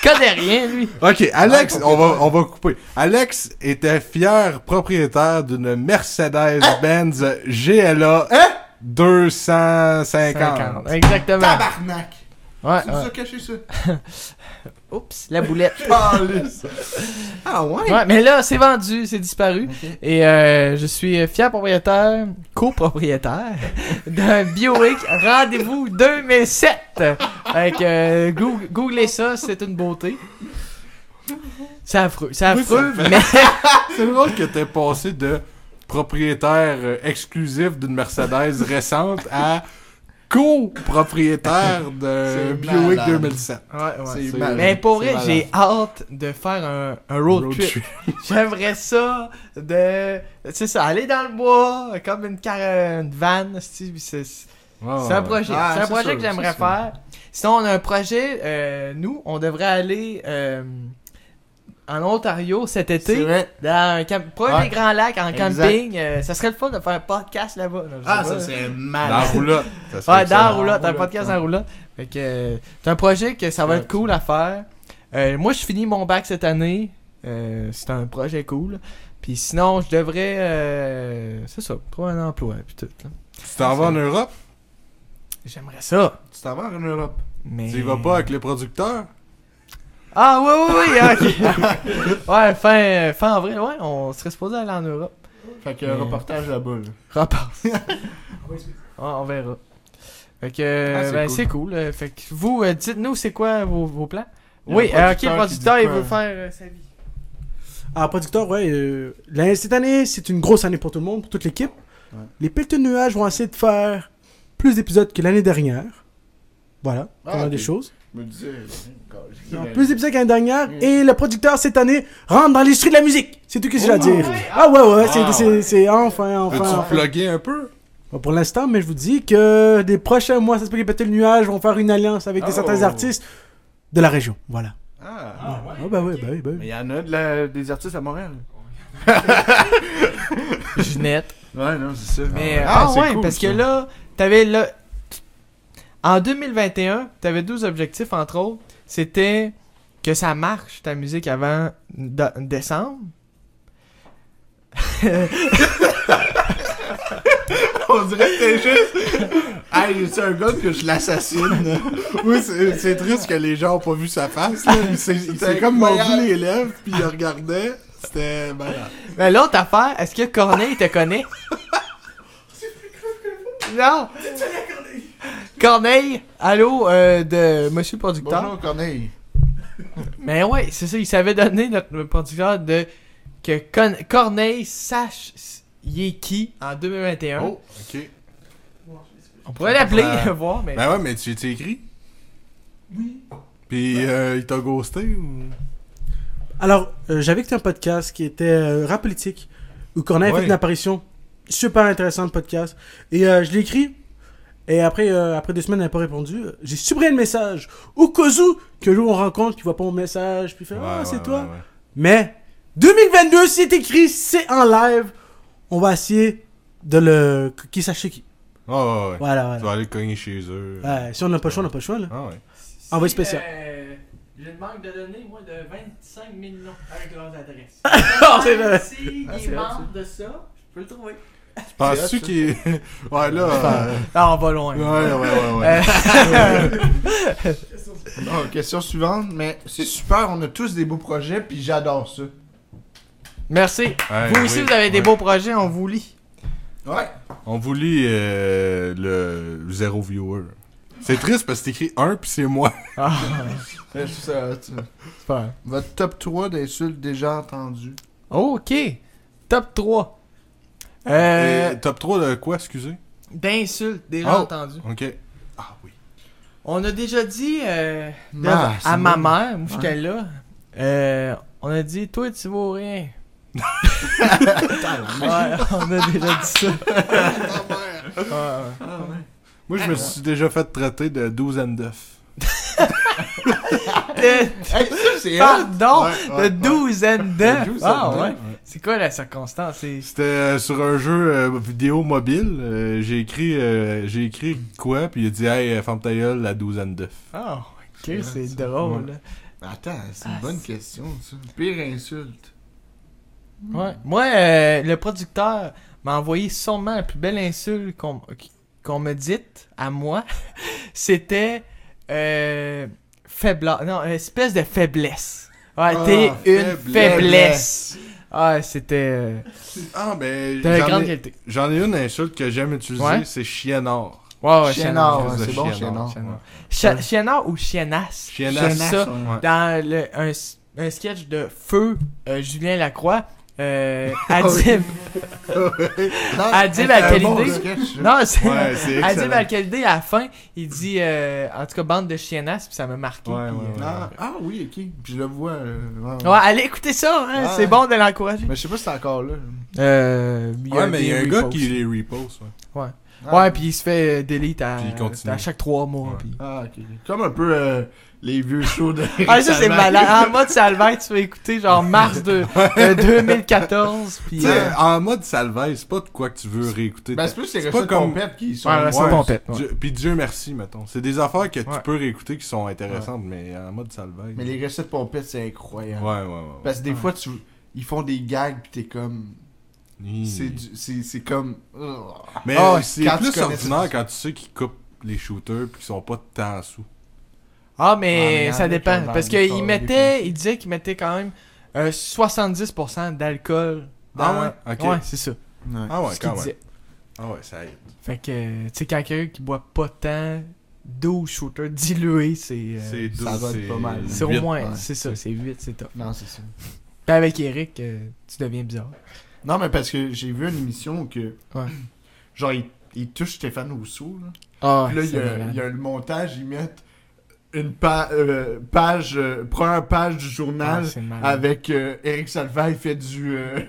Speaker 1: connais rien, lui.
Speaker 3: ok, Alex,
Speaker 2: Ouais,
Speaker 3: on, va, on va couper. Alex était fier propriétaire d'une Mercedes-Benz GLA
Speaker 2: Hein?
Speaker 3: 250.
Speaker 1: 50. Exactement.
Speaker 2: Tabarnak!
Speaker 1: Ouais,
Speaker 2: C'est
Speaker 1: ouais.
Speaker 2: ça, caché ça.
Speaker 1: Oups, la boulette.
Speaker 2: Calisse. Ah ouais?
Speaker 1: Ouais, mais là, c'est vendu, c'est disparu.
Speaker 2: Ok.
Speaker 1: Et euh, je suis fier propriétaire, copropriétaire d'un Biowick Rendez-vous 2007. Avec, euh, goog- googlez ça, c'est une beauté. C'est affreux, c'est
Speaker 3: Oui, ça
Speaker 1: affreux,
Speaker 3: fait-
Speaker 1: mais
Speaker 3: C'est drôle que t'aies passé de propriétaire euh, exclusif d'une Mercedes récente à copropriétaire de
Speaker 2: C'est
Speaker 3: Buick
Speaker 2: malade.
Speaker 3: 2007.
Speaker 1: Ouais, ouais.
Speaker 2: C'est
Speaker 3: C'est-
Speaker 2: mal.
Speaker 1: Mais pour vrai,
Speaker 2: C'est malade.
Speaker 1: j'ai hâte de faire un, un road, trip. J'aimerais ça de. C'est ça, aller dans le bois, comme une, car... une van. C'est c'est- c'est
Speaker 3: Ouais, ouais,
Speaker 1: un
Speaker 3: ouais.
Speaker 1: projet,
Speaker 2: Ah,
Speaker 1: c'est un
Speaker 2: c'est
Speaker 1: projet
Speaker 2: sûr,
Speaker 1: que
Speaker 2: c'est
Speaker 1: j'aimerais
Speaker 2: sûr.
Speaker 1: faire. Sinon, on a un projet, euh, nous, on devrait aller euh, en Ontario cet été.
Speaker 2: vrai.
Speaker 1: Dans un camp... proche
Speaker 2: Ouais.
Speaker 1: des Grands Lacs, en
Speaker 2: Exact.
Speaker 1: camping. euh, ça serait le fun de faire un podcast là-bas. Non, je
Speaker 2: Ah,
Speaker 1: sais
Speaker 2: ça
Speaker 1: pas.
Speaker 2: c'est
Speaker 3: Dans la
Speaker 2: mal.
Speaker 3: roulotte. Ça serait
Speaker 1: Ouais, dans la
Speaker 3: excellent.
Speaker 1: roulotte, un
Speaker 2: roulotte,
Speaker 1: podcast
Speaker 2: ouais.
Speaker 1: en roulotte. Fait que euh, c'est un projet que ça va être cool à faire. Euh, moi, je finis mon bac cette année. Euh, c'est un projet cool. Puis sinon, je devrais. euh, c'est ça, trouver un emploi. Puis tout. là.
Speaker 3: Tu t'en vas en Europe,
Speaker 1: J'aimerais ça.
Speaker 2: Tu t'en vas en Europe.
Speaker 1: Mais...
Speaker 3: tu y vas pas avec les producteurs.
Speaker 1: Ah, oui, oui, oui, ok. ouais, fin, fin avril, ouais, on serait supposé aller en Europe.
Speaker 2: Fait que un
Speaker 1: Mais-
Speaker 2: reportage là-bas. là.
Speaker 1: Repasse.
Speaker 2: Ah,
Speaker 1: Ouais, Ah, on verra. Fait que, euh,
Speaker 2: Ah, c'est
Speaker 1: ben,
Speaker 2: cool.
Speaker 1: c'est cool. euh, Fait que vous, euh, dites-nous, c'est quoi vos, vos plans?
Speaker 2: Il y a
Speaker 1: Oui,
Speaker 2: un
Speaker 1: euh, ok, le
Speaker 2: producteur
Speaker 1: producteur,
Speaker 2: qui dit
Speaker 1: il
Speaker 2: quoi?
Speaker 1: veut faire euh, sa vie.
Speaker 4: Ah, producteur, ouais. euh, l'année- cette année, c'est une grosse année pour tout le monde, pour toute l'équipe.
Speaker 2: Ouais.
Speaker 4: Les pelleteux de nuages vont essayer de faire plus d'épisodes que l'année dernière. Voilà,
Speaker 2: Ah,
Speaker 4: voilà
Speaker 2: ok.
Speaker 4: des choses.
Speaker 2: Je me disais. euh,
Speaker 4: Plus d'épisodes que l'année dernière.
Speaker 2: Mm.
Speaker 4: Et le producteur, cette année, rentre dans l'industrie de la musique. C'est tout ce que j'ai à
Speaker 2: Oh,
Speaker 4: dire.
Speaker 2: ouais.
Speaker 4: Ah ouais, ouais, c'est,
Speaker 2: Ah,
Speaker 4: c'est-
Speaker 2: ouais.
Speaker 4: c'est enfin, enfin,
Speaker 3: Veux-tu
Speaker 4: enfin.
Speaker 3: plugger un peu?
Speaker 4: Bon, pour l'instant, mais je vous dis que des prochains mois, ça se peut que les pelleteux de nuages vont faire une alliance avec des
Speaker 2: Oh.
Speaker 4: certains artistes de la région. Voilà.
Speaker 2: Ah.
Speaker 4: ouais, bah ouais, bah oui, bah oui.
Speaker 2: Mais il y en a de la- des artistes à Montréal.
Speaker 1: Ginette.
Speaker 2: Ouais, non, c'est ça.
Speaker 1: Mais, euh,
Speaker 2: Ah,
Speaker 1: ah,
Speaker 2: c'est
Speaker 1: ouais,
Speaker 2: cool,
Speaker 1: parce
Speaker 2: ça.
Speaker 1: que là, t'avais là. En 2021, t'avais 12 objectifs, entre autres. C'était que ça marche, ta musique, avant de- décembre.
Speaker 2: On dirait que t'es juste. Hey, c'est un gars que je l'assassine.
Speaker 3: Oui, c'est c'est triste que les gens ont pas vu sa face. Là. Il s'est il s'est comme mordu
Speaker 2: incroyable.
Speaker 3: les lèvres, puis il regardait. C'était malade.
Speaker 1: Mais l'autre affaire, est-ce que Corneille te connaît? Non! Corneille, allô, euh, de Monsieur le Producteur.
Speaker 2: Bonjour, Corneille.
Speaker 1: Mais ouais, c'est ça, il savait donner notre producteur de que Con- Corneille sache s- il est qui en 2021.
Speaker 3: Oh, ok.
Speaker 1: On pourrait l'appeler,
Speaker 3: Euh,
Speaker 1: voir, mais.
Speaker 3: Ben ouais, mais tu t'es écrit? Oui. Puis euh, il t'a ghosté ou.
Speaker 4: Alors, euh, j'avais écouté un podcast qui était euh, Rap Politique, où Corneille a
Speaker 3: Ouais.
Speaker 4: fait une apparition. Super intéressant le podcast. Et euh, je l'ai écrit. Et après, euh, après deux semaines, elle n'a pas répondu. J'ai supprimé le message. Au cas où, que l'on rencontre, puis voit pas mon message, puis il fait Ah,
Speaker 3: Ouais,
Speaker 4: c'est
Speaker 3: ouais,
Speaker 4: toi.
Speaker 3: ouais, ouais.
Speaker 4: Mais 2022, c'est écrit, c'est en live. On va essayer de le. Qui sache c'est qui.
Speaker 3: Ouais, ouais, ouais.
Speaker 4: Voilà,
Speaker 3: Tu
Speaker 4: voilà.
Speaker 3: vas aller cogner chez eux.
Speaker 4: Ouais, si on n'a pas le choix, on n'a pas le choix. Là.
Speaker 3: Ah ouais.
Speaker 4: envoyé spécial.
Speaker 1: Euh, J'ai une manque de données, moi, de Ah, 25 000 noms avec leurs adresses.
Speaker 4: c'est vrai.
Speaker 1: Si
Speaker 2: Ah,
Speaker 1: il
Speaker 2: c'est vrai,
Speaker 1: manque de ça, je peux le trouver.
Speaker 3: Tu penses-tu
Speaker 2: ça.
Speaker 3: qu'il. ouais, là. euh,
Speaker 1: Ah, on va loin.
Speaker 3: Ouais, ouais, ouais. ouais.
Speaker 1: Euh,
Speaker 2: Bon, question suivante, mais c'est super, on a tous des beaux projets, puis j'adore ça.
Speaker 1: Merci.
Speaker 2: Euh,
Speaker 3: Ouais,
Speaker 1: vous aussi,
Speaker 3: oui,
Speaker 1: vous avez des
Speaker 3: ouais.
Speaker 1: beaux projets, on vous lit.
Speaker 2: Ouais.
Speaker 3: On vous lit euh, le zéro viewer. C'est triste parce que c'est écrit un puis c'est moi.
Speaker 1: Ah,
Speaker 2: C'est Euh, ça, tu-
Speaker 1: super.
Speaker 2: Votre top 3 d'insultes déjà entendues.
Speaker 1: Ok. Top 3. Euh,
Speaker 3: Et top 3 de quoi, excusez
Speaker 1: D'insultes, déjà
Speaker 3: Oh.
Speaker 1: entendues.
Speaker 3: Ok. Ah oui.
Speaker 1: On a déjà dit euh, de-
Speaker 2: Ah, c'est
Speaker 1: à ma
Speaker 2: bon.
Speaker 1: mère, moi j'étais là. euh, on a dit, toi tu vaux rien. Ouais, on a déjà dit ça. Ouais, ouais.
Speaker 3: Moi, je me suis déjà fait traiter de douzaine d'œufs.
Speaker 1: Euh,
Speaker 2: Hey, ça, c'est
Speaker 1: Pardon,
Speaker 2: Ouais,
Speaker 1: de
Speaker 2: ouais,
Speaker 1: douzaine
Speaker 2: De
Speaker 1: d'œufs.
Speaker 2: douzaine
Speaker 1: Ah ouais.
Speaker 2: d'œufs,
Speaker 1: C'est quoi la circonstance? C'est...
Speaker 3: C'était euh, sur un jeu euh, vidéo mobile. euh, j'ai écrit euh, j'ai écrit quoi, puis il a dit Hey, euh, ferme ta gueule, la douzaine d'œufs.
Speaker 1: Ah, ok,
Speaker 2: Ouais,
Speaker 1: c'est
Speaker 2: ça-
Speaker 1: drôle.
Speaker 2: Attends, c'est
Speaker 1: Ah,
Speaker 2: une bonne
Speaker 1: c'est-
Speaker 2: question, ça. Pire insulte.
Speaker 1: Ouais. Moi, euh, le producteur m'a envoyé sûrement la plus belle insulte qu'on, qu'on me dite à moi. C'était euh, faiblesse. Non, une espèce de faiblesse. Ouais,
Speaker 3: Ah,
Speaker 1: t'es une
Speaker 3: faiblesse.
Speaker 1: faiblesse. Ah, c'était euh,
Speaker 3: Ah, ben.
Speaker 1: de
Speaker 3: J'en
Speaker 1: grande
Speaker 3: ai,
Speaker 1: qualité.
Speaker 3: j'en ai une insulte que j'aime utiliser
Speaker 1: Ouais.
Speaker 3: c'est chienard.
Speaker 1: Ah Ouais, ouais,
Speaker 2: Chienard,
Speaker 1: Chienard.
Speaker 2: ouais, c'est bon, Chienard.
Speaker 1: Chienard. Chi- Chienard ou Chienasse?
Speaker 3: Chienard.
Speaker 1: ça.
Speaker 2: ouais.
Speaker 1: Dans le, un, un sketch de Feu, euh, Julien Lacroix, Euh, Adib,
Speaker 2: Non,
Speaker 1: Adib
Speaker 2: c'est un
Speaker 1: Al-Khalidi.
Speaker 2: bon sketch, là.
Speaker 1: non, c'est
Speaker 3: Ouais, c'est
Speaker 1: Adib
Speaker 3: excellent.
Speaker 1: Al-Khalidi, à la fin, il dit, euh, en tout cas, bande de chiennasses, puis ça m'a marqué.
Speaker 3: Ouais,
Speaker 1: puis,
Speaker 3: ouais,
Speaker 1: euh,
Speaker 2: Ah, ah oui, ok. Puis je le vois. euh, ouais, ouais.
Speaker 1: ouais, allez écouter ça, hein,
Speaker 2: Ouais.
Speaker 1: c'est bon de l'encourager.
Speaker 2: Mais je sais pas si c'est encore là.
Speaker 1: Euh, il y a
Speaker 3: Ouais, mais il y a
Speaker 1: des
Speaker 3: un gars
Speaker 1: reposts.
Speaker 3: qui les repose. Ouais.
Speaker 2: Ah.
Speaker 1: Ouais, puis il se fait euh, delete à,
Speaker 3: Puis il continue.
Speaker 1: à chaque trois mois.
Speaker 3: Ouais.
Speaker 1: puis-
Speaker 2: Ah, ok. Comme un peu euh, les vieux shows de.
Speaker 1: Ah, ça c'est
Speaker 2: récemment.
Speaker 1: malade. En mode Salvaire, tu peux écouter genre mars de, euh, 2014. Puis,
Speaker 3: Tu sais,
Speaker 1: euh,
Speaker 3: en mode salvaise, c'est pas de quoi que tu veux réécouter.
Speaker 2: Ben, c'est plus les
Speaker 3: C'est pas
Speaker 2: recettes
Speaker 3: comme-
Speaker 2: pompettes qui sont.
Speaker 3: ah,
Speaker 1: Ouais, recettes
Speaker 2: Ouais.
Speaker 1: pompettes, ouais.
Speaker 3: Dieu- Puis Dieu merci, mettons. C'est des affaires que
Speaker 1: Ouais.
Speaker 3: tu peux réécouter qui sont intéressantes, mais en mode salvaise.
Speaker 2: Mais les recettes pompettes, c'est
Speaker 3: Ouais,
Speaker 2: incroyable.
Speaker 3: ouais, ouais.
Speaker 2: Parce que des fois, tu... ils font des gags pis t'es comme.
Speaker 3: Hi.
Speaker 2: C'est du- c'est- c'est comme. Ugh.
Speaker 3: Mais
Speaker 2: Ah, ouais,
Speaker 3: c'est
Speaker 2: quand tu
Speaker 3: plus
Speaker 2: connais
Speaker 3: ordinaire
Speaker 2: ça.
Speaker 3: quand tu sais qu'ils coupent les shooters puis qu'ils sont pas tant sous.
Speaker 1: Ah,
Speaker 2: Ah, mais
Speaker 1: mais
Speaker 2: y en
Speaker 1: ça
Speaker 2: a qui
Speaker 1: dépend.
Speaker 2: ont dans
Speaker 1: Parce
Speaker 2: le corps
Speaker 1: qu'il
Speaker 2: des
Speaker 1: mettait, il disait qu'il mettait quand même euh, 70% d'alcool. dans-
Speaker 3: Ah ouais? Ok.
Speaker 1: Ouais, c'est ça.
Speaker 3: Ah ouais,
Speaker 1: ce qu'il
Speaker 3: quand même.
Speaker 1: disait.
Speaker 3: Ah ouais, ça aide.
Speaker 1: Fait que, euh, tu sais, quand quelqu'un qui boit pas tant, 12 shooters dilués, c'est. euh,
Speaker 3: C'est
Speaker 2: ça
Speaker 3: douze,
Speaker 2: va être
Speaker 3: c'est
Speaker 2: pas mal.
Speaker 1: c'est au
Speaker 3: huit.
Speaker 1: moins,
Speaker 2: ouais.
Speaker 1: c'est ça, c'est 8, c'est top.
Speaker 2: Non, c'est ça.
Speaker 1: Puis avec Eric, euh, tu deviens bizarre.
Speaker 2: Non, mais parce que j'ai vu une émission où que.
Speaker 1: Ouais.
Speaker 2: Genre, ils il touchent Stéphane Rousseau, là.
Speaker 1: Ah,
Speaker 2: Puis là, il y,
Speaker 1: c'est
Speaker 2: a,
Speaker 1: malade.
Speaker 2: il y a le montage, ils mettent une pa- euh, page, euh, première page du journal
Speaker 1: Ah, c'est malade.
Speaker 2: avec euh, Eric Salva, il fait du. euh,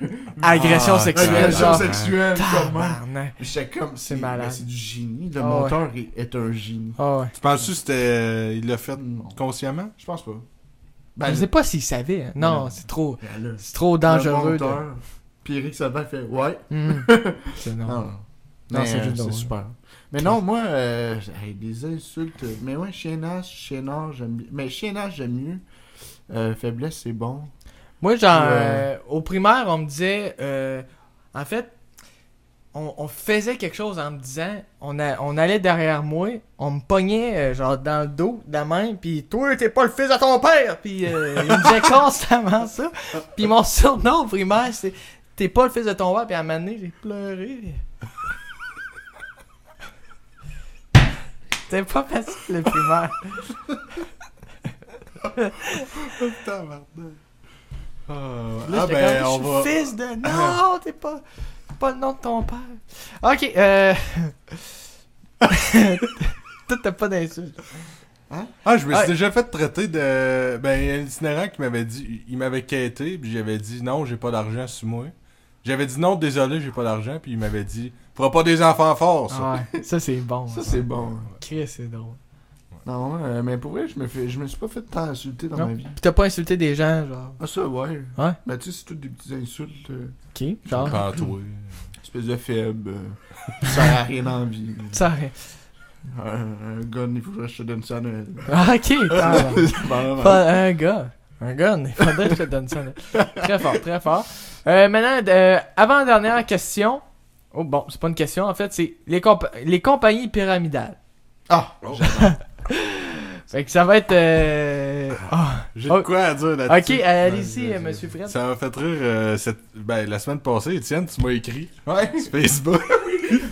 Speaker 1: Agression
Speaker 3: Ah,
Speaker 1: sexuelle.
Speaker 2: agression
Speaker 1: genre.
Speaker 2: sexuelle, comment
Speaker 1: Tabarnak.
Speaker 2: Puis J'étais comme.
Speaker 1: Bah, C'est malade.
Speaker 2: mais C'est du génie. Le
Speaker 1: Ah ouais.
Speaker 2: monteur est, est un génie.
Speaker 1: Ah ouais.
Speaker 3: Tu penses-tu que c'était. euh, il l'a fait
Speaker 2: Non,
Speaker 3: consciemment
Speaker 2: je pense pas.
Speaker 1: Ben, je sais pas s'il savait. hein. Non,
Speaker 2: Non.
Speaker 1: c'est trop,
Speaker 2: ben là,
Speaker 1: c'est trop
Speaker 2: Le
Speaker 1: dangereux. De...
Speaker 2: monteur, Puis Eric Salva fait Ouais.
Speaker 1: Hmm. C'est non.
Speaker 2: Non,
Speaker 1: Non,
Speaker 2: Mais,
Speaker 1: c'est
Speaker 2: euh,
Speaker 1: juste drôle.
Speaker 2: super. Mais non, moi, euh, hey, des insultes. euh, Mais ouais, chienage, chienard, j'aime bien. Mais chienage, j'aime mieux. Euh, faiblesse, c'est bon.
Speaker 1: Moi, genre,
Speaker 2: Ouais.
Speaker 1: euh, au primaire, on me disait, euh, en fait, on, on faisait quelque chose en me disant, on, a- on allait derrière moi, on me pognait, euh, genre, dans le dos, de la main, puis toi, t'es pas le fils de ton père, puis euh, il me disait constamment ça. Puis mon surnom au primaire, c'est, t'es pas le fils de ton père, puis à un moment donné, j'ai pleuré. C'était pas facile, le primaire. Là,
Speaker 3: Ah
Speaker 1: j'étais
Speaker 3: ben,
Speaker 1: comme,
Speaker 3: on va.
Speaker 1: Je suis fils de... Non, t'es pas... t'es pas le nom de ton père. OK, euh... Toi, t'as pas d'insulte.
Speaker 3: Ah, je me suis
Speaker 1: Ouais.
Speaker 3: déjà fait traiter de. Ben, un itinérant qui m'avait dit. Il m'avait quêté, puis j'avais dit non, j'ai pas d'argent sur moi. J'avais dit non, désolé, j'ai pas d'argent, puis il m'avait dit Fera pas des enfants forts, ça.
Speaker 1: Ah Ouais, ça, c'est bon.
Speaker 2: Ça, c'est bon.
Speaker 1: Chris, c'est drôle.
Speaker 2: Non, euh, mais pour vrai, je me, fais, je me suis pas fait tant insulter dans
Speaker 1: Non.
Speaker 2: ma vie.
Speaker 1: Pis t'as pas insulté des gens, genre...
Speaker 2: Ah, ça, ouais.
Speaker 1: Ouais.
Speaker 2: Mais tu sais, c'est toutes des petites insultes. euh,
Speaker 1: OK, genre...
Speaker 3: Pantoué.
Speaker 2: espèce de faible. euh, ça sert à rien dans la vie.
Speaker 1: Ça...
Speaker 2: Un, un gun, il faudrait que je te donne ça à Noël.
Speaker 1: Ah, OK, t'as-
Speaker 2: Bon, bon.
Speaker 1: Pas un gars. Un gars, il faudrait que je te donne ça. là. Très fort, très fort. Euh, maintenant, euh, avant-dernière question. Oh, bon, c'est pas une question, en fait, c'est les, compa- les compagnies pyramidales.
Speaker 2: Ah!
Speaker 1: Fait que ça va être. Euh... ah.
Speaker 3: J'ai
Speaker 1: Oh.
Speaker 3: de quoi à dire là-dessus.
Speaker 1: Ok, allez-y, euh, monsieur Fred.
Speaker 3: Ça m'a fait rire euh, cette... ben, la semaine passée, Étienne, tu m'as écrit
Speaker 2: Ouais!
Speaker 3: sur Facebook.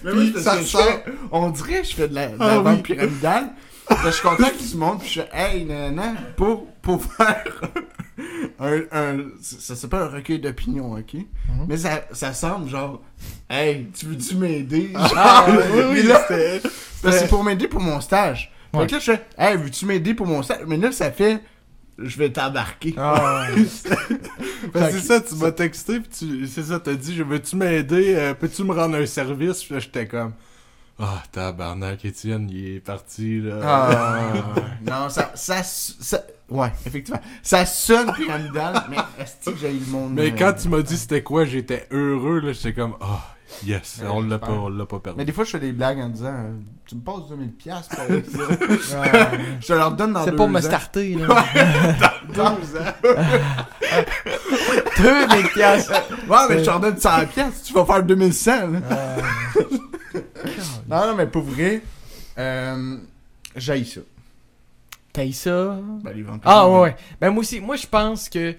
Speaker 2: Mais oui,
Speaker 3: Puis
Speaker 2: parce
Speaker 3: ça
Speaker 2: que je
Speaker 3: sort.
Speaker 2: fais- On dirait que je fais de la, de la
Speaker 3: Ah oui.
Speaker 2: vente pyramidale. Parce que je contacte tout le monde, puis je fais Hey, nanana, pour, pour faire un. un ça s'appelle un recueil d'opinion, ok?
Speaker 3: Mhm.
Speaker 2: Mais ça, ça semble genre Hey, tu veux-tu m'aider? Genre, puis là,
Speaker 3: Ah, c'était-
Speaker 2: parce que c'est pour m'aider pour mon stage.
Speaker 1: Ouais.
Speaker 2: Donc là, je fais Hey, veux-tu m'aider pour mon stage? Mais là, ça fait Je vais t'embarquer.
Speaker 1: Ah,
Speaker 3: Ben,
Speaker 2: Fait
Speaker 3: c'est
Speaker 2: que-
Speaker 3: ça, tu m'as texté, puis tu... c'est ça, t'as dit, je veux-tu m'aider, euh, peux-tu me rendre un service? Puis là, j'étais comme, ah, tabarnak, Étienne, il est parti, là.
Speaker 2: Ah, non, ça, ça, ça- Ouais, effectivement. Ça sonne pyramidal, mais est-ce que j'ai eu mon.
Speaker 3: Mais
Speaker 2: euh,
Speaker 3: quand tu m'as dit c'était quoi, j'étais heureux, là, j'étais comme, ah, yes,
Speaker 2: Ouais,
Speaker 3: on l'a
Speaker 2: j'espère.
Speaker 3: pas, on l'a pas perdu.
Speaker 2: Mais des fois, je fais des blagues en disant euh, Tu me passes 2000 piastres pour ça.
Speaker 1: ouais.
Speaker 2: Je te leur donne dans
Speaker 1: C'est
Speaker 2: deux
Speaker 1: pour me
Speaker 2: ans.
Speaker 1: starter, là.
Speaker 2: dans deux ans.
Speaker 1: 2000 piastres.
Speaker 2: Ouais, mais je te leur donne 100 piastres. Tu vas faire 2100. là.
Speaker 1: Euh,
Speaker 2: Non, non, mais pour vrai, euh, j'haïs ça.
Speaker 1: T'as eu ça?
Speaker 2: Ben, les ventes
Speaker 1: Ah, ouais,
Speaker 2: pyramidales.
Speaker 1: ouais. Ben, moi aussi, moi, je pense que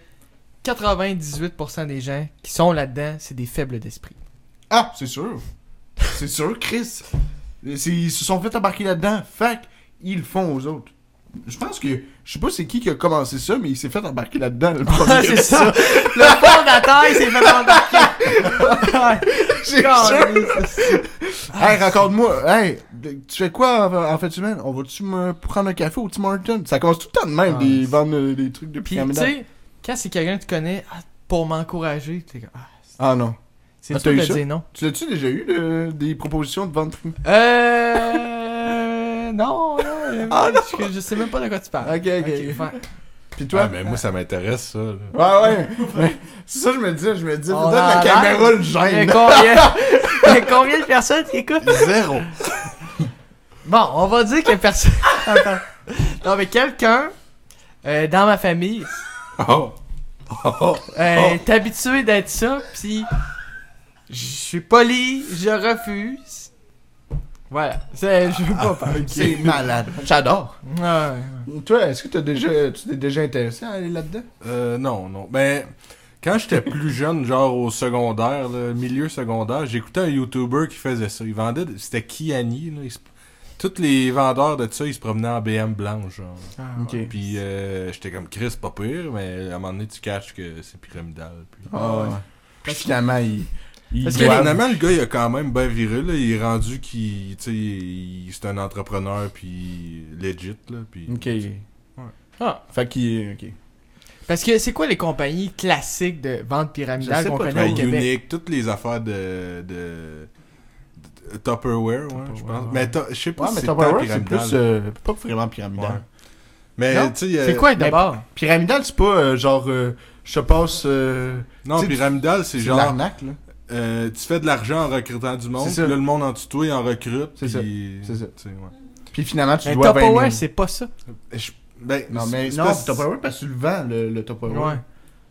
Speaker 1: 98% des gens qui sont là-dedans, c'est des faibles d'esprit.
Speaker 2: Ah, c'est sûr. C'est sûr, Chris. C'est- Ils se sont fait embarquer là-dedans. Fait qu'ils le font aux autres. Je pense que. Je sais pas c'est qui qui a commencé ça, mais il s'est fait embarquer là-dedans le premier.
Speaker 1: c'est ça. Le fondateur, il s'est fait embarquer.
Speaker 2: J'ai sûr. Hey, raconte-moi. Hey, tu fais quoi en, en fin de semaine On va-tu me prendre un café au Tim Hortons Ça commence tout le temps de même,
Speaker 1: Ah,
Speaker 2: des,
Speaker 1: c'est-
Speaker 2: vendre euh, des trucs de
Speaker 1: Puis, tu
Speaker 2: pyramidal.
Speaker 1: sais, quand c'est quelqu'un que tu connais, ah, pour m'encourager, t'es comme, ah,
Speaker 2: Ah non.
Speaker 1: c'est
Speaker 2: Ah,
Speaker 1: dur
Speaker 2: t'as
Speaker 1: de
Speaker 2: eu ça?
Speaker 1: dire non.
Speaker 2: Tu l'as-tu déjà eu le- des propositions de vente Ok,
Speaker 1: Euh. Non, non, euh,
Speaker 2: Ah, non.
Speaker 1: Je, je sais même pas de quoi tu parles.
Speaker 2: ok.
Speaker 1: Ok, fin.
Speaker 2: Puis toi
Speaker 3: Ah, mais moi, ça m'intéresse, ça. là.
Speaker 2: Ouais, ouais. Mais C'est ça, que je me disais. Je me disais,
Speaker 1: On
Speaker 2: peut-être
Speaker 1: a
Speaker 2: la
Speaker 1: l'air-
Speaker 2: caméra le
Speaker 1: Il y a
Speaker 2: gêne.
Speaker 1: combien, il y a combien de personnes qui écoutent
Speaker 2: Zéro.
Speaker 1: Bon, on va dire que personne. Attends. Non, mais quelqu'un euh, dans ma famille
Speaker 2: Ah.
Speaker 3: Oh. Oh.
Speaker 1: euh, est habitué d'être ça, puis je suis poli, je refuse. Voilà, c'est, je veux pas parler.
Speaker 2: C'est malade. J'adore.
Speaker 1: Ouais.
Speaker 2: Toi, est-ce que t'as déjà, tu t'es déjà intéressé à aller là-dedans?
Speaker 3: Euh, non, non. Ben, quand j'étais plus jeune, genre au secondaire, là, milieu secondaire, j'écoutais un YouTuber qui faisait ça. Il vendait. de- C'était Kiani, là. Il se- Tous les vendeurs de ça, ils se promenaient en BM blanche, genre.
Speaker 2: Ok.
Speaker 3: Puis euh, j'étais comme Chris, pas pire, mais à un moment donné, tu caches que c'est pyramidal. Puis...
Speaker 2: Ah ouais. Puis finalement, il. il
Speaker 1: Parce
Speaker 3: Parce
Speaker 1: que-
Speaker 3: que
Speaker 2: doit-
Speaker 3: finalement, le gars, il a quand même bien viré. Là. Il est rendu qu'il. Tu sais, il- c'est un entrepreneur, puis legit. Là, puis...
Speaker 2: Ok.
Speaker 1: Ah.
Speaker 2: Fait qu'il. Ok.
Speaker 1: Parce que c'est quoi les compagnies classiques de vente
Speaker 2: Je
Speaker 1: pyramidale
Speaker 2: sais
Speaker 1: qu'on
Speaker 2: pas
Speaker 1: connaît
Speaker 3: Ben,
Speaker 1: au Québec?
Speaker 3: Unique, toutes les affaires de. de... de- Tupperware, ouais, je pense.
Speaker 2: ouais.
Speaker 3: Mais to- je sais pas
Speaker 2: Ouais,
Speaker 3: si
Speaker 2: mais
Speaker 3: c'est
Speaker 2: Top
Speaker 3: tant
Speaker 2: Power, c'est
Speaker 3: pyramidal.
Speaker 2: plus. euh, pas vraiment pyramidal.
Speaker 3: Ouais. Mais
Speaker 1: Non,
Speaker 3: tu sais.
Speaker 1: C'est
Speaker 3: euh,
Speaker 1: quoi d'abord?
Speaker 2: Pyramidal, c'est pas euh, genre. euh, je te passe. euh,
Speaker 3: Non,
Speaker 2: tu sais,
Speaker 3: pyramidal,
Speaker 2: c'est
Speaker 3: c'est
Speaker 2: de
Speaker 3: genre.
Speaker 2: l'arnaque, là.
Speaker 3: euh, tu fais de l'argent en recrutant du monde,
Speaker 2: C'est
Speaker 3: puis
Speaker 2: ça.
Speaker 3: là, le monde en tutoie, il en recrute.
Speaker 2: C'est ça.
Speaker 3: puis-
Speaker 2: C'est ça.
Speaker 3: tu sais, ouais.
Speaker 2: Puis finalement, tu
Speaker 1: Un
Speaker 2: dois. 20 000.
Speaker 1: Tupperware, c'est pas ça.
Speaker 3: Je- Ben,
Speaker 2: Non,
Speaker 3: c'est-
Speaker 2: mais
Speaker 3: c'est
Speaker 2: non,
Speaker 3: pas-
Speaker 2: c'est Top Power parce que tu le vends, le, le Top Power.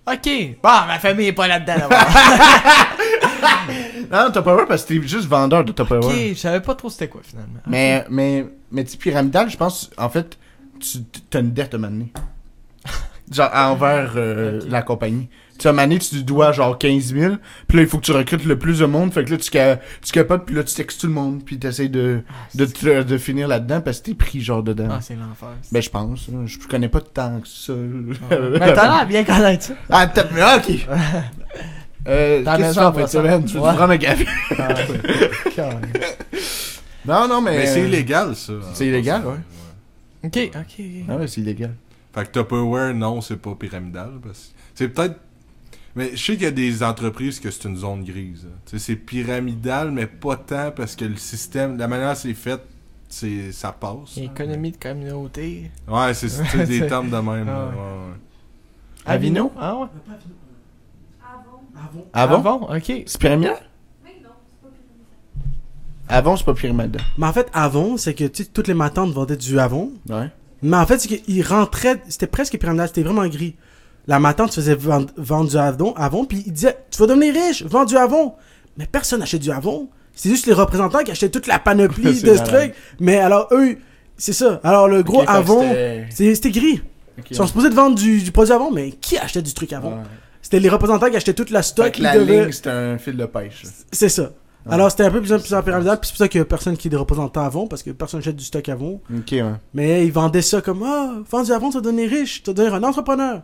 Speaker 1: Ok. Bon, ma famille est pas là-dedans d'abord.
Speaker 2: Non, Top Power parce que t'es juste vendeur de Top
Speaker 1: ok,
Speaker 2: Power.
Speaker 1: je savais pas trop c'était quoi finalement.
Speaker 2: Mais, mais, mais, tu sais, pyramidal, je pense, en fait, tu t'as une dette à m'amener. Genre, envers euh,
Speaker 1: Ok.
Speaker 2: la compagnie. Tu sais, à un moment donné, tu dois genre 15 000, puis là, il faut que tu recrutes le plus de monde, fait que là, tu, ca- tu capotes, puis là, tu textes tout le monde, puis t'essayes de, de, te- de finir là-dedans parce que t'es pris genre dedans.
Speaker 1: Ah, c'est l'enfer.
Speaker 2: ben, je pense. hein. Je connais pas tant que ça.
Speaker 1: Ah. Mais t'as l'air bien connaître ça.
Speaker 2: Ah, t'as... ah, ok. Euh,
Speaker 1: T'en
Speaker 2: qu'est-ce que tu
Speaker 1: as
Speaker 2: fais en fin de
Speaker 1: ça.
Speaker 2: semaine? Tu veux
Speaker 1: Ouais.
Speaker 2: te prendre un café? Non, non, Ah, mais... euh,
Speaker 3: Mais c'est illégal, ça.
Speaker 2: c'est illégal, ouais.
Speaker 1: Ok, ok.
Speaker 2: Ah ouais, c'est illégal.
Speaker 3: Fait que Tupperware, non, c'est pas pyramidal. Parce... C'est peut-être. Mais je sais qu'il y a des entreprises que c'est une zone grise. hein. Tu sais, C'est pyramidal, mais pas tant parce que le système, la manière dont c'est fait, c'est ça passe.
Speaker 1: Économie de communauté.
Speaker 3: Ouais, c'est c'est- c'est des
Speaker 1: C'est-
Speaker 3: termes de même.
Speaker 1: Ah
Speaker 3: là,
Speaker 1: ouais.
Speaker 3: ouais, ouais.
Speaker 2: Avino?
Speaker 1: Ah ouais.
Speaker 2: Ah
Speaker 1: Ah
Speaker 2: Avant?
Speaker 1: bon? Ok.
Speaker 2: C'est pyramidal? Avant, c'est pas pyramidal.
Speaker 4: Mais en fait, Avon, c'est que tu sais, toutes les matantes vendaient du Avon.
Speaker 2: Ouais.
Speaker 4: Mais en fait, c'est qu'ils rentraient, c'était presque pyramidal, c'était vraiment gris. La matante se faisait vendre, vendre du Avon, Avon, puis il disait Tu vas devenir riche, vends du Avon. Mais personne n'achète du Avon. C'est juste les représentants qui achetaient toute la panoplie
Speaker 2: C'est
Speaker 4: de ce
Speaker 2: malade.
Speaker 4: truc. Mais alors, eux, c'est ça. Alors, le gros
Speaker 2: Ok, fait que
Speaker 4: Avon,
Speaker 2: c'était-
Speaker 4: c'est- c'était gris. Ils sont supposés de vendre du, du produit Avon, mais qui achetait du truc Avon
Speaker 2: Ouais.
Speaker 4: C'était les représentants qui achetaient toute la
Speaker 2: Fait
Speaker 4: stock.
Speaker 2: que
Speaker 4: ils
Speaker 2: la
Speaker 4: devaient-
Speaker 2: ligne, c'est un fil de pêche. là.
Speaker 4: C'est ça. Alors, c'était un peu plus en plus en pyramidal, puis c'est pour ça qu'il y a personne qui est des représentants Avon, parce que personne achète du stock Avon.
Speaker 2: Ok, ouais.
Speaker 4: Mais ils vendaient ça comme Ah, vendre du avant, ça donner riche, ça donner un entrepreneur.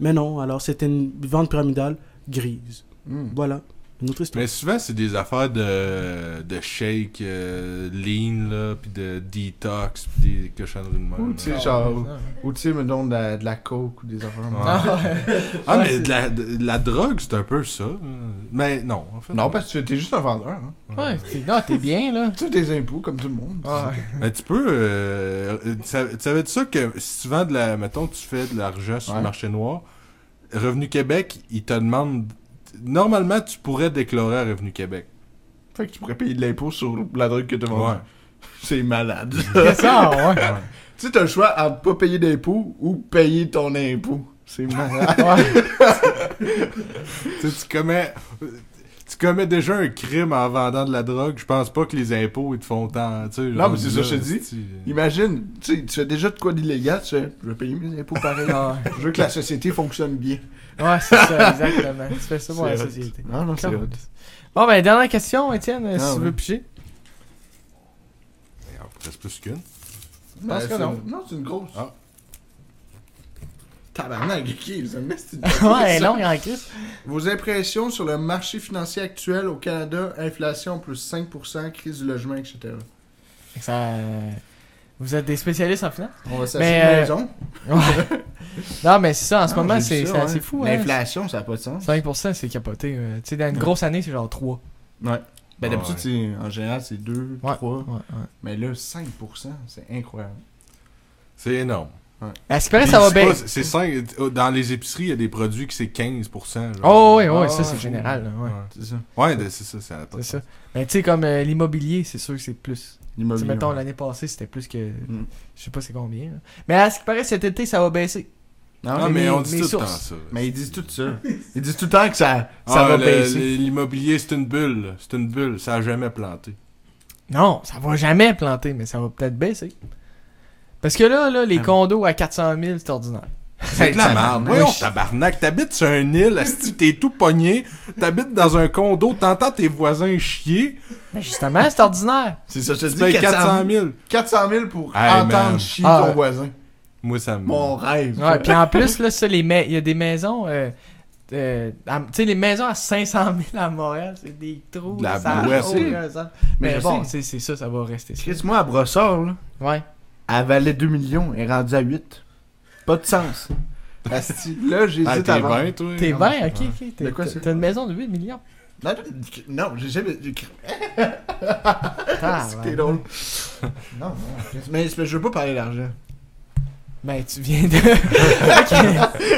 Speaker 4: Mais non, alors c'était une vente pyramidale grise.
Speaker 2: Hmm.
Speaker 4: Voilà, une autre histoire.
Speaker 3: Mais souvent, c'est des affaires de, de shake, euh, lean, là, puis de detox, puis des cochonneries de
Speaker 2: Ou
Speaker 3: même.
Speaker 2: tu sais,
Speaker 3: là.
Speaker 2: genre... Ou tu sais, me donne de la, de la coke ou des affaires.
Speaker 3: Ouais. Ah,
Speaker 1: Ouais,
Speaker 3: mais
Speaker 1: c'est-
Speaker 3: de la, de la drogue, c'est un peu ça. hein. Mais non, en fait.
Speaker 2: Non, parce que t'es juste un vendeur. Hein.
Speaker 1: Ah Ouais, t'es- non, t'es bien là.
Speaker 2: Tu as des impôts, comme tout le monde. Mm.
Speaker 3: Mais tu peux. euh, euh, tu savais- tu savais-tu ça que si tu vends de la. Mettons, tu fais de l'argent sur
Speaker 2: Ouais.
Speaker 3: le marché noir, Revenu Québec, il te demande. Normalement, tu pourrais déclarer à Revenu Québec.
Speaker 2: Fait que tu pourrais payer de l'impôt sur la drogue que t'as vendue.
Speaker 3: Ouais.
Speaker 2: C'est malade.
Speaker 1: C'est ça, ouais.
Speaker 2: Tu sais, t'as le choix entre pas payer d'impôts ou payer ton impôt. C'est malade.
Speaker 1: Ouais.
Speaker 3: tu sais, tu commets. Tu commets déjà un crime en vendant de la drogue. Je pense pas que les impôts, ils te font tant. tu sais,
Speaker 2: Non, mais c'est
Speaker 3: rendu
Speaker 2: ça,
Speaker 3: là,
Speaker 2: je te dis.
Speaker 3: c'est-tu, euh,
Speaker 2: Imagine, tu sais, tu fais déjà de quoi d'illégal, tu fais, je vais payer mes impôts pareil.
Speaker 1: Ouais,
Speaker 2: je veux que la société fonctionne bien.
Speaker 1: Ouais, c'est ça, exactement. Tu fais ça pour la
Speaker 2: C'est hot.
Speaker 1: société.
Speaker 2: Non, non, c'est hot.
Speaker 1: Bon, ben, dernière question, Étienne, euh,
Speaker 2: Ah,
Speaker 1: si tu
Speaker 2: ouais.
Speaker 1: veux piger.
Speaker 3: Il en reste plus qu'une.
Speaker 1: Je pense que
Speaker 3: Ben, c'est-
Speaker 1: non.
Speaker 2: Non, c'est une grosse.
Speaker 3: Ah.
Speaker 2: Tabarnak, ok, ils ont mis cette
Speaker 1: ouais, non, il y en a Chris.
Speaker 2: Vos impressions sur le marché financier actuel au Canada, inflation plus 5%, crise du logement, etc.
Speaker 1: Ça, euh, Vous êtes des spécialistes en finance?
Speaker 2: On va s'acheter
Speaker 1: Mais,
Speaker 2: une
Speaker 1: euh,
Speaker 2: maison.
Speaker 1: Ouais. non, mais c'est ça, en ce
Speaker 2: Ah,
Speaker 1: moment,
Speaker 2: j'ai
Speaker 1: c'est
Speaker 2: vu ça,
Speaker 1: c'est
Speaker 2: ouais.
Speaker 1: assez fou. Hein.
Speaker 2: L'inflation, ça n'a pas de sens.
Speaker 1: 5%, c'est capoté. euh. Tu sais, dans une grosse année, c'est genre 3.
Speaker 2: Ouais. Ben d'habitude,
Speaker 3: Ah, Ouais.
Speaker 2: c'est- en général, c'est 2,
Speaker 1: Ouais.
Speaker 2: 3.
Speaker 1: Ouais, ouais.
Speaker 2: Mais là, 5%, c'est incroyable.
Speaker 3: C'est énorme.
Speaker 1: À ce qui paraît, ça va
Speaker 3: Puis, c'est
Speaker 1: bien.
Speaker 3: pas- C'est cinq- Dans les épiceries, il y a des produits que c'est 15%. genre.
Speaker 1: Oh, ouais, ouais, ça,
Speaker 2: Ah,
Speaker 1: c'est général. là, ouais.
Speaker 3: Ouais.
Speaker 2: C'est ça.
Speaker 3: Ouais, de- c'est ça, ça a pas de
Speaker 1: C'est ça.
Speaker 3: sens.
Speaker 1: Mais tu sais, comme euh, l'immobilier, c'est sûr que c'est plus. Tu sais,
Speaker 2: L'immobilier.
Speaker 1: mettons,
Speaker 2: ouais.
Speaker 1: l'année passée, c'était plus que.
Speaker 2: Mm.
Speaker 1: Je sais pas c'est combien. là. Mais à ce qui paraît, cet été, ça va baisser.
Speaker 2: Non,
Speaker 3: Non,
Speaker 2: mais,
Speaker 3: mais
Speaker 1: mes-
Speaker 3: on dit
Speaker 1: mes
Speaker 3: tout le temps
Speaker 1: sources.
Speaker 3: ça.
Speaker 2: mais ils disent tout ça. Ils disent tout le temps que ça, ça
Speaker 3: Ah,
Speaker 2: va
Speaker 3: le-
Speaker 2: baisser.
Speaker 3: le- L'immobilier, c'est une bulle. là. C'est une bulle. Ça a jamais planté.
Speaker 1: Non, ça va jamais planter, mais ça va peut-être baisser. Parce que là, là les
Speaker 2: Ah.
Speaker 1: condos à 400 000, c'est ordinaire.
Speaker 3: C'est de la
Speaker 2: ça-
Speaker 3: merde.
Speaker 2: oui,
Speaker 3: Voyons,
Speaker 2: je-
Speaker 3: tabarnak. T'habites sur un île, asti, t'es tout pogné. T'habites dans un condo, t'entends tes voisins chier.
Speaker 1: Mais Ben, justement, c'est ordinaire.
Speaker 2: C'est ça, je te
Speaker 3: Tu
Speaker 2: dis
Speaker 3: payes
Speaker 2: 400
Speaker 3: 400
Speaker 2: 000.
Speaker 3: 000.
Speaker 2: 400 000 pour
Speaker 3: Hey,
Speaker 2: entendre
Speaker 3: man.
Speaker 2: chier
Speaker 1: Ah,
Speaker 2: ton
Speaker 1: ouais.
Speaker 2: voisin.
Speaker 3: Moi, ça me. Ah,
Speaker 2: Mon rêve.
Speaker 1: Ouais, puis en plus, là, ça, les mais il y a des maisons. euh, euh, à- tu sais, les maisons à 500 000 à Montréal, c'est des trous.
Speaker 3: De la
Speaker 1: ça a
Speaker 3: bouette,
Speaker 1: aucun sens.
Speaker 2: Mais
Speaker 1: Mais,
Speaker 2: je
Speaker 1: bon, c'est
Speaker 2: sais.
Speaker 1: c'est ça, ça va rester ça.
Speaker 2: Chris, moi, à Brossard, là,
Speaker 1: Ouais.
Speaker 2: elle valait 2 millions, elle est rendue à 8. Pas de sens. Asti, là,
Speaker 3: Ah,
Speaker 2: j'hésite à
Speaker 3: t'es
Speaker 2: vendre.
Speaker 3: bien, toi.
Speaker 1: T'es
Speaker 3: non?
Speaker 1: bien, ok,
Speaker 3: Ouais.
Speaker 1: ok.
Speaker 2: De quoi,
Speaker 1: t'es-
Speaker 2: c'est-
Speaker 1: T'as une maison de 8 millions.
Speaker 2: Non, non, j'ai jamais. j'ai-
Speaker 1: Ah,
Speaker 2: C'est que
Speaker 1: ouais.
Speaker 2: t'es drôle. non, non. Chris, Mais mais je veux pas parler d'argent.
Speaker 1: Ben, tu viens de. Ok. Pas de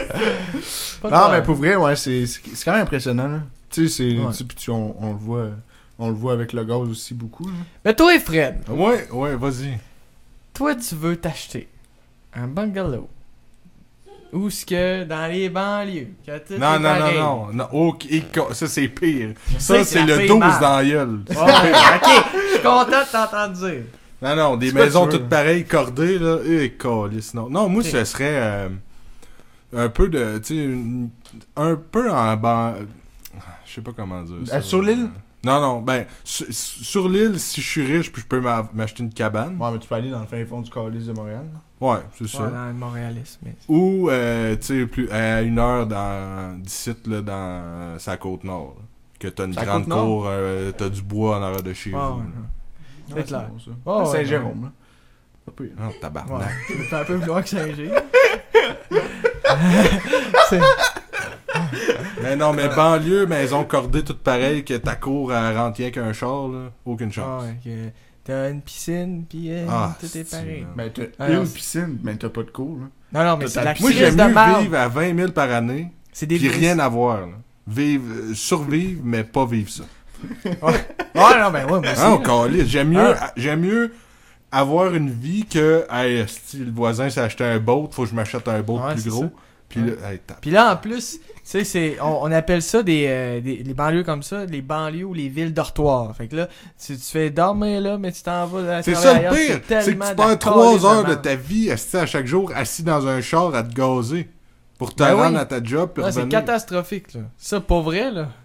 Speaker 2: Non,
Speaker 1: problème.
Speaker 2: mais pour vrai, ouais, c'est c'est- c'est quand même impressionnant. là. Tu sais, c'est.
Speaker 1: Ouais.
Speaker 2: tu- puis tu- on, on le voit. euh, On le voit avec le gaz aussi beaucoup. là.
Speaker 1: Mais toi, et Fred,
Speaker 3: Ouais, ouais, vas-y.
Speaker 1: toi, tu veux t'acheter un bungalow. Où ce que dans les banlieues. que tout
Speaker 3: Non,
Speaker 1: est
Speaker 3: non, non,
Speaker 1: pareil.
Speaker 3: non, non. Ok, co- ça, c'est pire.
Speaker 1: Je sais
Speaker 3: Ça,
Speaker 1: que
Speaker 3: c'est
Speaker 1: la
Speaker 3: le
Speaker 1: pire
Speaker 3: 12
Speaker 1: marque.
Speaker 3: dans la gueule.
Speaker 1: Ouais, ok, je suis content de t'entendre dire.
Speaker 3: Non, non, des
Speaker 2: C'est quoi
Speaker 3: maisons
Speaker 2: tu veux?
Speaker 3: toutes pareilles, cordées, là. Et calice, non. Non, moi,
Speaker 1: Ok.
Speaker 3: ce serait euh, un peu de. Tu sais, une- un peu en. ban- Je sais pas comment dire. ça.
Speaker 2: Euh, sur l'île?
Speaker 3: Non, non, ben, su- su- sur l'île, si je suis riche, puis je peux m'a- m'acheter une
Speaker 1: Mm.
Speaker 3: cabane.
Speaker 2: Ouais, mais tu peux aller dans le fin fond du Calice de Montréal. là.
Speaker 3: Ouais, c'est ça.
Speaker 1: Ouais, dans le Montréalisme. mais-
Speaker 3: Ou, euh, tu sais, plus- à une heure dans- d'ici, là, dans sa côte nord. là. Que t'as une
Speaker 2: Sa
Speaker 3: grande
Speaker 2: Côte-Nord?
Speaker 3: cour, euh, t'as du bois en arrière de chez
Speaker 1: Ouais,
Speaker 3: vous.
Speaker 1: ouais,
Speaker 3: là.
Speaker 1: C'est
Speaker 2: Ouais,
Speaker 1: clair.
Speaker 2: bon, ça.
Speaker 1: Oh, ouais,
Speaker 2: Saint-Jérôme. là. Pas pire.
Speaker 3: Non,
Speaker 1: Ouais.
Speaker 3: Ah, tabarnak.
Speaker 1: C'est un peu plus loin que Saint-Gilles. C'est-
Speaker 3: Mais non,
Speaker 1: Euh.
Speaker 3: mais banlieue, maison cordée, toute pareille, que ta cour, elle rentre rien qu'un char, là. Aucune
Speaker 1: Ah
Speaker 3: chance.
Speaker 1: ouais, que T'as une piscine, puis euh,
Speaker 3: Ah,
Speaker 1: tout est
Speaker 3: c'est-
Speaker 1: pareil.
Speaker 2: Mais t'as
Speaker 1: Ah, non,
Speaker 2: une
Speaker 1: c'est-
Speaker 2: piscine, mais t'as pas de cours. Là.
Speaker 1: Non, non, mais
Speaker 2: T'as
Speaker 1: c'est
Speaker 2: ta-
Speaker 1: la
Speaker 3: Moi,
Speaker 1: crise
Speaker 3: j'aime
Speaker 1: de
Speaker 3: mieux
Speaker 1: marde.
Speaker 3: vivre à 20 000 par année,
Speaker 1: C'est des
Speaker 3: puis
Speaker 1: brises.
Speaker 3: rien avoir, là. Vivre, euh, survivre, mais pas vivre ça.
Speaker 1: Ah non, ben ouais, moi aussi.
Speaker 3: Hein, on
Speaker 1: là.
Speaker 3: calisse. J'aime mieux,
Speaker 1: Ah.
Speaker 3: j'aime mieux avoir une vie que, hey, si le voisin s'est acheté un boat, faut que je m'achète un boat
Speaker 1: Ouais, c'est
Speaker 3: plus
Speaker 1: ça.
Speaker 3: gros. Puis
Speaker 1: Ouais.
Speaker 3: là, hey, tape.
Speaker 1: Puis là, en plus, tu sais, c'est, on, on appelle ça des, euh, des- les banlieues comme ça, les banlieues ou les villes dortoirs. Fait que là, tu, tu fais dormir là, mais tu t'en vas à
Speaker 3: C'est
Speaker 1: travers
Speaker 3: ça le
Speaker 1: ailleurs,
Speaker 3: pire, c'est que
Speaker 1: tellement
Speaker 3: tu
Speaker 1: de la
Speaker 3: perds 3 heures de
Speaker 1: marde.
Speaker 3: ta vie assis à chaque jour, assis dans un char à te gazer pour te
Speaker 1: Ben oui.
Speaker 3: rendre à ta job. puis
Speaker 1: Ah, c'est
Speaker 3: revenir.
Speaker 1: catastrophique, là. Ça, pas vrai, là.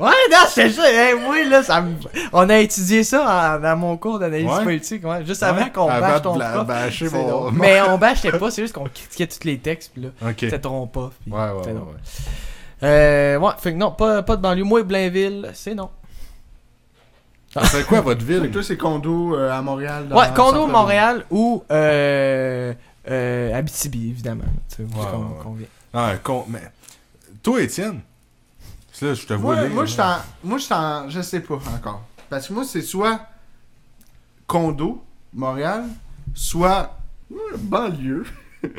Speaker 1: Ouais, non, c'est ça. Hey, oui, là, ça me- On a étudié ça en- dans mon cours d'analyse
Speaker 3: Ouais.
Speaker 1: politique, ouais, juste avant qu'on
Speaker 3: Avant
Speaker 1: bâche
Speaker 3: de
Speaker 1: ton
Speaker 3: la-
Speaker 1: prof.
Speaker 3: bâcher
Speaker 1: C'est
Speaker 3: mon-
Speaker 1: drôle. Mais on bâchait pas, c'est juste qu'on critiquait tous les textes, puis là,
Speaker 3: Ok.
Speaker 1: c'était trop pas. puis
Speaker 3: Ouais, ouais,
Speaker 1: c'était
Speaker 3: ouais,
Speaker 1: drôle.
Speaker 3: ouais.
Speaker 1: Euh, ouais, fait que non, pas, pas de banlieue. Moi, Blainville, c'est non.
Speaker 3: C'est quoi votre
Speaker 2: Fait que
Speaker 3: ville?
Speaker 2: toi, c'est condo euh, à Montréal. dans
Speaker 1: Ouais,
Speaker 2: le
Speaker 1: condo
Speaker 2: centre-ville.
Speaker 1: Montréal ou euh, euh, Abitibi, évidemment. Tu sais, où
Speaker 3: Ouais,
Speaker 1: qu'on-
Speaker 3: ouais, ouais.
Speaker 1: qu'on vient.
Speaker 3: Ah, un con, mais... Toi, Étienne? Parce que Là, je te vois
Speaker 2: Moi,
Speaker 3: lire,
Speaker 2: moi,
Speaker 3: là.
Speaker 2: je suis en- moi, je suis en- Je sais pas encore. Parce que moi, c'est soit condo, Montréal, soit euh, banlieue.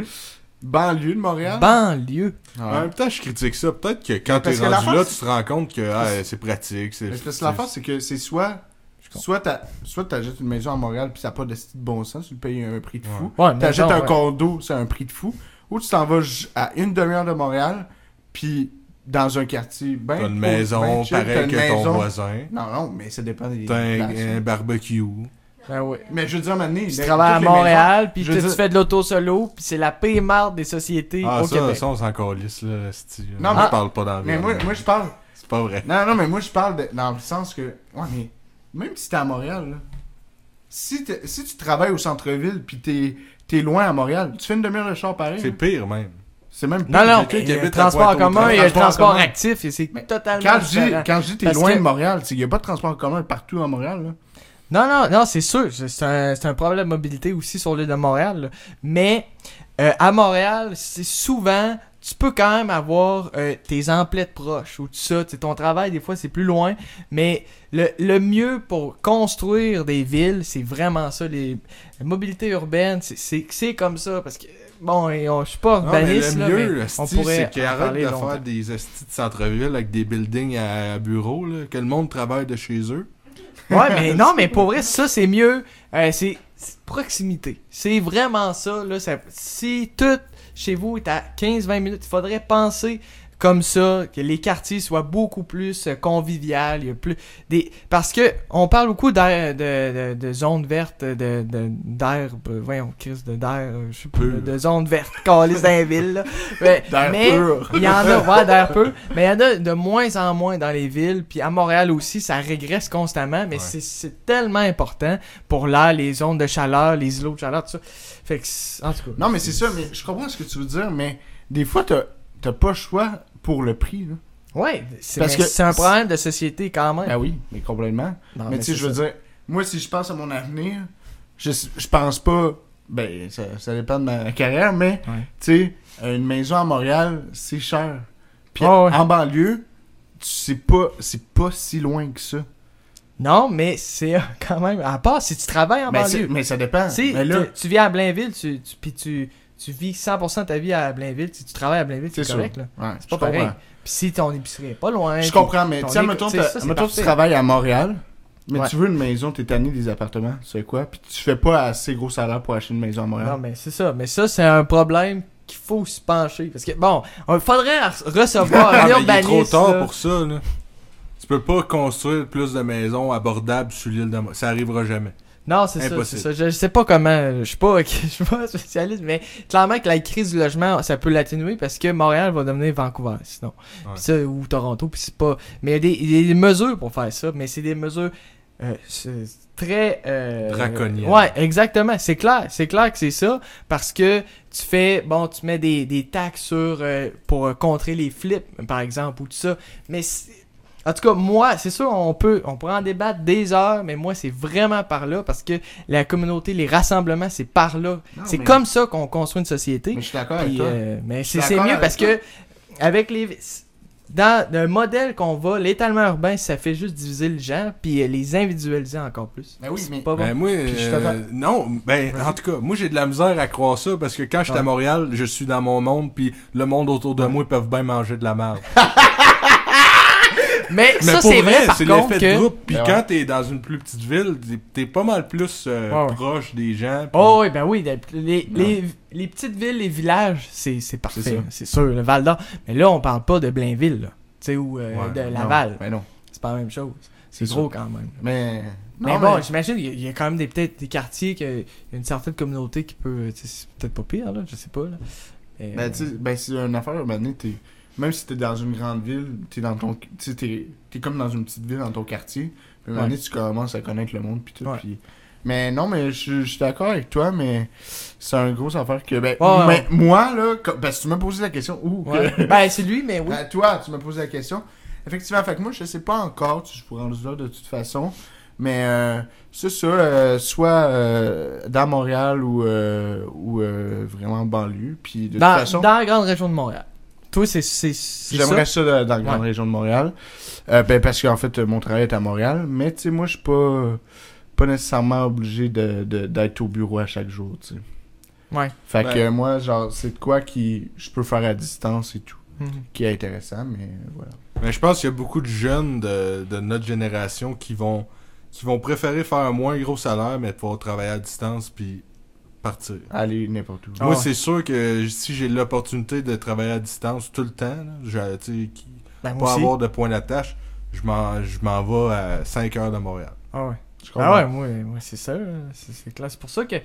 Speaker 2: banlieue de Montréal.
Speaker 1: Banlieue.
Speaker 3: En
Speaker 2: Ouais.
Speaker 3: même temps, je critique ça. Peut-être que quand
Speaker 2: parce
Speaker 3: t'es
Speaker 2: que
Speaker 3: rendu
Speaker 2: l'affaire,
Speaker 3: là,
Speaker 2: c'est-
Speaker 3: tu te rends compte que ah, c'est pratique. C'est,
Speaker 2: Mais Parce que l'affaire, c'est que c'est soit.
Speaker 1: Je comprends.
Speaker 2: Soit t'as- soit t'achètes une maison à Montréal puis ça n'a pas de style de bon sens, tu le payes un prix de fou.
Speaker 1: Ouais, mais
Speaker 2: T'achètes
Speaker 1: genre,
Speaker 2: un
Speaker 1: ouais.
Speaker 2: condo, c'est un prix de fou. Ou tu t'en vas ju- à une demi-heure de Montréal, puis dans un quartier ben
Speaker 3: T'as une
Speaker 2: cool,
Speaker 3: maison
Speaker 2: ben chill, t'as
Speaker 3: pareille
Speaker 2: une
Speaker 3: que
Speaker 2: maison.
Speaker 3: ton voisin.
Speaker 2: Non, non, mais ça dépend des.
Speaker 3: T'as un, euh,
Speaker 2: places.
Speaker 3: un barbecue.
Speaker 1: Ben oui.
Speaker 2: Mais je veux dire, à un moment donné,
Speaker 1: Tu
Speaker 2: là,
Speaker 1: travailles à
Speaker 2: toutes les
Speaker 1: Montréal, puis
Speaker 2: je
Speaker 1: tu
Speaker 2: veux
Speaker 1: tu
Speaker 2: dire-
Speaker 1: fais de l'auto-solo, puis c'est la pire marde des sociétés
Speaker 3: Ah,
Speaker 1: au
Speaker 3: ça,
Speaker 1: Québec.
Speaker 3: ça, on s'en calisse, là. c'ti.
Speaker 2: Non,
Speaker 3: Moi,
Speaker 2: mais-
Speaker 3: je parle pas dans la
Speaker 2: maisons- Mais
Speaker 3: ville,
Speaker 2: moi,
Speaker 3: là.
Speaker 2: moi, je parle.
Speaker 3: C'est pas vrai.
Speaker 2: Non, non, mais moi, je parle de- dans le sens que. Ouais, mais même si t'es à Montréal, là, si, t'es- si tu travailles au centre-ville puis t'es es loin à Montréal, tu fais une demi-heure de char pareil.
Speaker 3: C'est
Speaker 2: hein.
Speaker 3: pire, même.
Speaker 2: C'est même
Speaker 1: Non, non,
Speaker 3: Quelqu'un qui
Speaker 1: il y a le
Speaker 3: habite à
Speaker 1: euh, transport en
Speaker 3: Pointe-aux-Trembles.
Speaker 1: commun, il y a le
Speaker 2: Transport en
Speaker 1: transport
Speaker 2: commun.
Speaker 1: actif, et c'est totalement
Speaker 2: Quand je dis,
Speaker 1: différent.
Speaker 2: quand je dis t'es
Speaker 1: Parce
Speaker 2: loin
Speaker 1: que-
Speaker 2: de Montréal, il n'y a pas de transport en commun partout à Montréal. Là.
Speaker 1: Non, non, non, c'est sûr. C'est c'est un, c'est un problème de mobilité aussi sur l'île de Montréal. là. Mais euh, à Montréal, c'est souvent, tu peux quand même avoir euh, tes emplettes proches ou tout ça. Tu sais, ton travail, des fois, c'est plus loin. Mais le, le mieux pour construire des villes, c'est vraiment ça. Les, la mobilité urbaine, c'est- c'est c'est comme ça. Parce que, bon, et on- je suis pas
Speaker 3: Non, Ah, mais
Speaker 1: urbaniste,
Speaker 3: le
Speaker 1: là,
Speaker 3: mieux,
Speaker 1: mais
Speaker 3: esti,
Speaker 1: on pourrait
Speaker 3: c'est qu'ils
Speaker 1: en
Speaker 3: arrêtent
Speaker 1: parler
Speaker 3: de
Speaker 1: longtemps.
Speaker 3: faire des estis de centre-ville avec des buildings à, à bureaux, là, que le monde travaille de chez eux.
Speaker 1: Ouais, mais non, mais pour vrai, ça, c'est mieux. Euh, c'est c'est proximité. C'est vraiment ça, là. ça- si tout chez vous est à 15-20 minutes, il faudrait penser comme ça, que les quartiers soient beaucoup plus euh, conviviales. Il y a plus des... Parce que on parle beaucoup d'air, de, de, de zones vertes, de, de, d'herbe, voyons, crise de d'air, euh, je sais pas,
Speaker 3: Pur.
Speaker 1: de zones vertes, calice dans les villes, là. Mais,
Speaker 2: D'air
Speaker 1: mais-
Speaker 2: pur.
Speaker 1: il y en a, ouais, d'air peu, mais il y en a de moins en moins dans les villes, puis à Montréal aussi, ça régresse constamment, mais
Speaker 3: Ouais.
Speaker 1: c'est- c'est tellement important pour l'air, les zones de chaleur, les îlots de chaleur, tout ça. Fait que, c'est- en tout cas.
Speaker 2: Non, mais c'est ça, mais je comprends ce que tu veux dire, mais des fois, t'as t'as pas le choix pour le prix. Là.
Speaker 1: Ouais, c'est
Speaker 2: Parce
Speaker 1: mais
Speaker 2: que-
Speaker 1: c'est un problème de société quand même.
Speaker 2: Ah oui, mais complètement.
Speaker 1: Non,
Speaker 2: mais tu sais,
Speaker 1: Ah, c'est
Speaker 2: je veux
Speaker 1: ça.
Speaker 2: dire, moi, si je pense à mon avenir, je, je pense pas. Ben, ça, ça dépend de ma carrière, mais
Speaker 1: Ouais.
Speaker 2: tu sais, une maison à Montréal, c'est cher. Puis
Speaker 1: Ah ouais.
Speaker 2: en banlieue, tu sais pas, c'est pas si loin que ça.
Speaker 1: Non, mais c'est euh, quand même, à part si tu travailles en
Speaker 2: Ben, c'est-
Speaker 1: banlieue.
Speaker 2: mais ça dépend.
Speaker 1: Si
Speaker 2: Mais là,
Speaker 1: tu- tu vis à Blainville, tu, tu, puis tu, tu vis 100% de ta vie à Blainville, si tu travailles à Blainville,
Speaker 2: C'est
Speaker 1: c'est
Speaker 2: sûr.
Speaker 1: correct, là.
Speaker 2: ouais,
Speaker 1: C'est
Speaker 2: je
Speaker 1: pas pareil.
Speaker 2: comprends.
Speaker 1: Puis si ton épicerie est pas loin.
Speaker 2: Je
Speaker 1: puis-
Speaker 2: comprends, mais
Speaker 1: ton
Speaker 2: tu sais,
Speaker 1: éco-
Speaker 2: mettons,
Speaker 1: t'sais, ça, c'est
Speaker 2: que tu
Speaker 1: parfait.
Speaker 2: travailles à Montréal, mais
Speaker 1: Ouais.
Speaker 2: tu veux une maison, t'es tanné des appartements, c'est quoi? Puis tu fais pas assez gros salaire pour acheter une maison à Montréal.
Speaker 1: Non, mais c'est ça. Mais ça, c'est un problème qu'il faut se pencher. Parce que, bon, il faudrait re- recevoir
Speaker 3: Ah,
Speaker 1: un
Speaker 3: mais il est
Speaker 1: urbaniste.
Speaker 3: trop tard
Speaker 1: là.
Speaker 3: pour ça. Là. Tu peux pas construire plus de maisons abordables sur l'île de Mo- Ça arrivera jamais.
Speaker 1: Non, c'est ça, c'est
Speaker 3: Impossible.
Speaker 1: ça. Je, je sais pas comment. Je suis pas, je suis pas spécialiste, mais clairement que la crise du logement, ça peut l'atténuer parce que Montréal va devenir Vancouver, sinon.
Speaker 3: Ouais.
Speaker 1: Puis ça, ou Toronto, puis c'est pas. Mais il y, a des- il y a des mesures pour faire ça, mais c'est des mesures euh, c'est très. Euh,
Speaker 3: Draconiennes.
Speaker 1: Ouais, exactement. C'est clair. C'est clair que c'est ça parce que tu fais. Bon, tu mets des, des taxes sur. euh, pour euh, contrer les flips, par exemple, ou tout ça. Mais c'est- en tout cas, moi, c'est sûr, on peut, on pourrait en débattre des heures, mais moi, c'est vraiment par là, parce que la communauté, les rassemblements, c'est par là.
Speaker 2: Non,
Speaker 1: C'est
Speaker 2: Ah, mais-
Speaker 1: comme ça qu'on construit une société.
Speaker 2: Mais je suis d'accord avec
Speaker 1: Puis,
Speaker 2: toi.
Speaker 1: euh, mais
Speaker 2: suis
Speaker 1: c'est c'est
Speaker 2: d'accord
Speaker 1: mieux
Speaker 2: avec
Speaker 1: parce
Speaker 2: toi.
Speaker 1: que avec les dans le modèle qu'on va, l'étalement urbain, ça fait juste diviser les gens puis euh, les individualiser encore plus.
Speaker 2: Ben oui,
Speaker 1: C'est
Speaker 2: mais-
Speaker 1: pas Ah bon.
Speaker 3: Ben, moi,
Speaker 2: Puis je
Speaker 3: euh,
Speaker 2: t'attends.
Speaker 3: non, ben, en tout cas, moi, j'ai de la misère à croire ça parce que quand j'étais à Montréal, je suis dans mon monde, puis le monde autour de moi, ils peuvent bien manger de la merde.
Speaker 1: mais, ça
Speaker 3: pour
Speaker 1: c'est vrai par
Speaker 3: c'est
Speaker 1: contre
Speaker 3: l'effet
Speaker 1: que
Speaker 3: de groupe. Puis
Speaker 2: Ben ouais.
Speaker 3: quand t'es dans une plus petite ville, t'es- t'es pas mal plus euh,
Speaker 1: Ouais, ouais.
Speaker 3: proche des gens. puis-
Speaker 1: Oh oui, ben oui, les, les, les, les petites villes, les villages, c'est c'est
Speaker 2: C'est
Speaker 1: parfait,
Speaker 2: ça.
Speaker 1: c'est sûr, le Val d'Or. Mais là, on parle pas de Blainville, là, tu sais, ou euh,
Speaker 3: Ouais,
Speaker 1: de
Speaker 2: Non,
Speaker 1: Laval.
Speaker 2: Ben non.
Speaker 1: C'est pas la même chose. C'est
Speaker 2: C'est
Speaker 1: gros quand même.
Speaker 2: Mais.
Speaker 1: mais
Speaker 2: Non,
Speaker 1: bon, j'imagine qu'il y a- il y a quand même des peut-être des quartiers qu'il y a une certaine communauté qui peut. tu sais, C'est peut-être pas pire, là, je sais pas. Là. Mais, euh,
Speaker 2: Ben, tu sais, ben, c'est une affaire, ben, né, t'es- même si t'es dans une grande ville, t'es dans ton, tu sais, t'es, t'es comme dans une petite ville dans ton quartier. Puis, un moment donné, tu commences à connaître le monde, puis tout.
Speaker 1: Ouais.
Speaker 2: puis- Mais non, mais je je suis d'accord avec toi, mais c'est un gros affaire que, ben,
Speaker 1: Ouais, ouais.
Speaker 2: mais moi, là, co- parce que tu m'as posé la question, ou
Speaker 1: euh,
Speaker 2: que-
Speaker 1: ouais. Ben, c'est lui, mais oui.
Speaker 2: Ben, toi, tu m'as posé la question. Effectivement, fait que moi, je sais pas encore, tu- je pourrais en dire de toute façon. Mais euh, c'est ça, euh, soit euh, dans Montréal ou, euh, ou euh, vraiment en banlieue. Puis de toute
Speaker 1: Dans,
Speaker 2: façon,
Speaker 1: dans la grande région de Montréal. Toi, c'est c'est- c'est ça.
Speaker 2: j'aimerais ça, là, dans la grande
Speaker 1: Ouais.
Speaker 2: région de Montréal. Euh, ben, parce qu'en fait, euh, mon travail est à Montréal. Mais tu sais, moi, je suis pas, pas nécessairement obligé de- de- d'être au bureau à chaque jour. tu sais.
Speaker 1: Ouais.
Speaker 2: Fait
Speaker 3: Ben.
Speaker 2: que euh, moi, genre, c'est de quoi qui je peux faire à distance et tout.
Speaker 1: Mhm.
Speaker 2: Qui est intéressant, mais voilà.
Speaker 3: Mais je pense qu'il y a beaucoup de jeunes de, de notre génération qui vont qui vont préférer faire un moins gros salaire mais pouvoir travailler à distance puis partir.
Speaker 2: Aller n'importe où.
Speaker 1: Ah
Speaker 3: Moi,
Speaker 1: ouais.
Speaker 3: c'est sûr que si j'ai l'opportunité de travailler à distance tout le temps, là, je- tu sais, qui-
Speaker 1: Ben, moi
Speaker 3: pas
Speaker 1: aussi.
Speaker 3: avoir de point d'attache, je m'en je m'en vais à 5 heures de Montréal.
Speaker 1: Ah ouais.
Speaker 2: Je
Speaker 1: Ah ouais, moi, moi c'est ça. là. C'est c'est clair. C'est pour ça que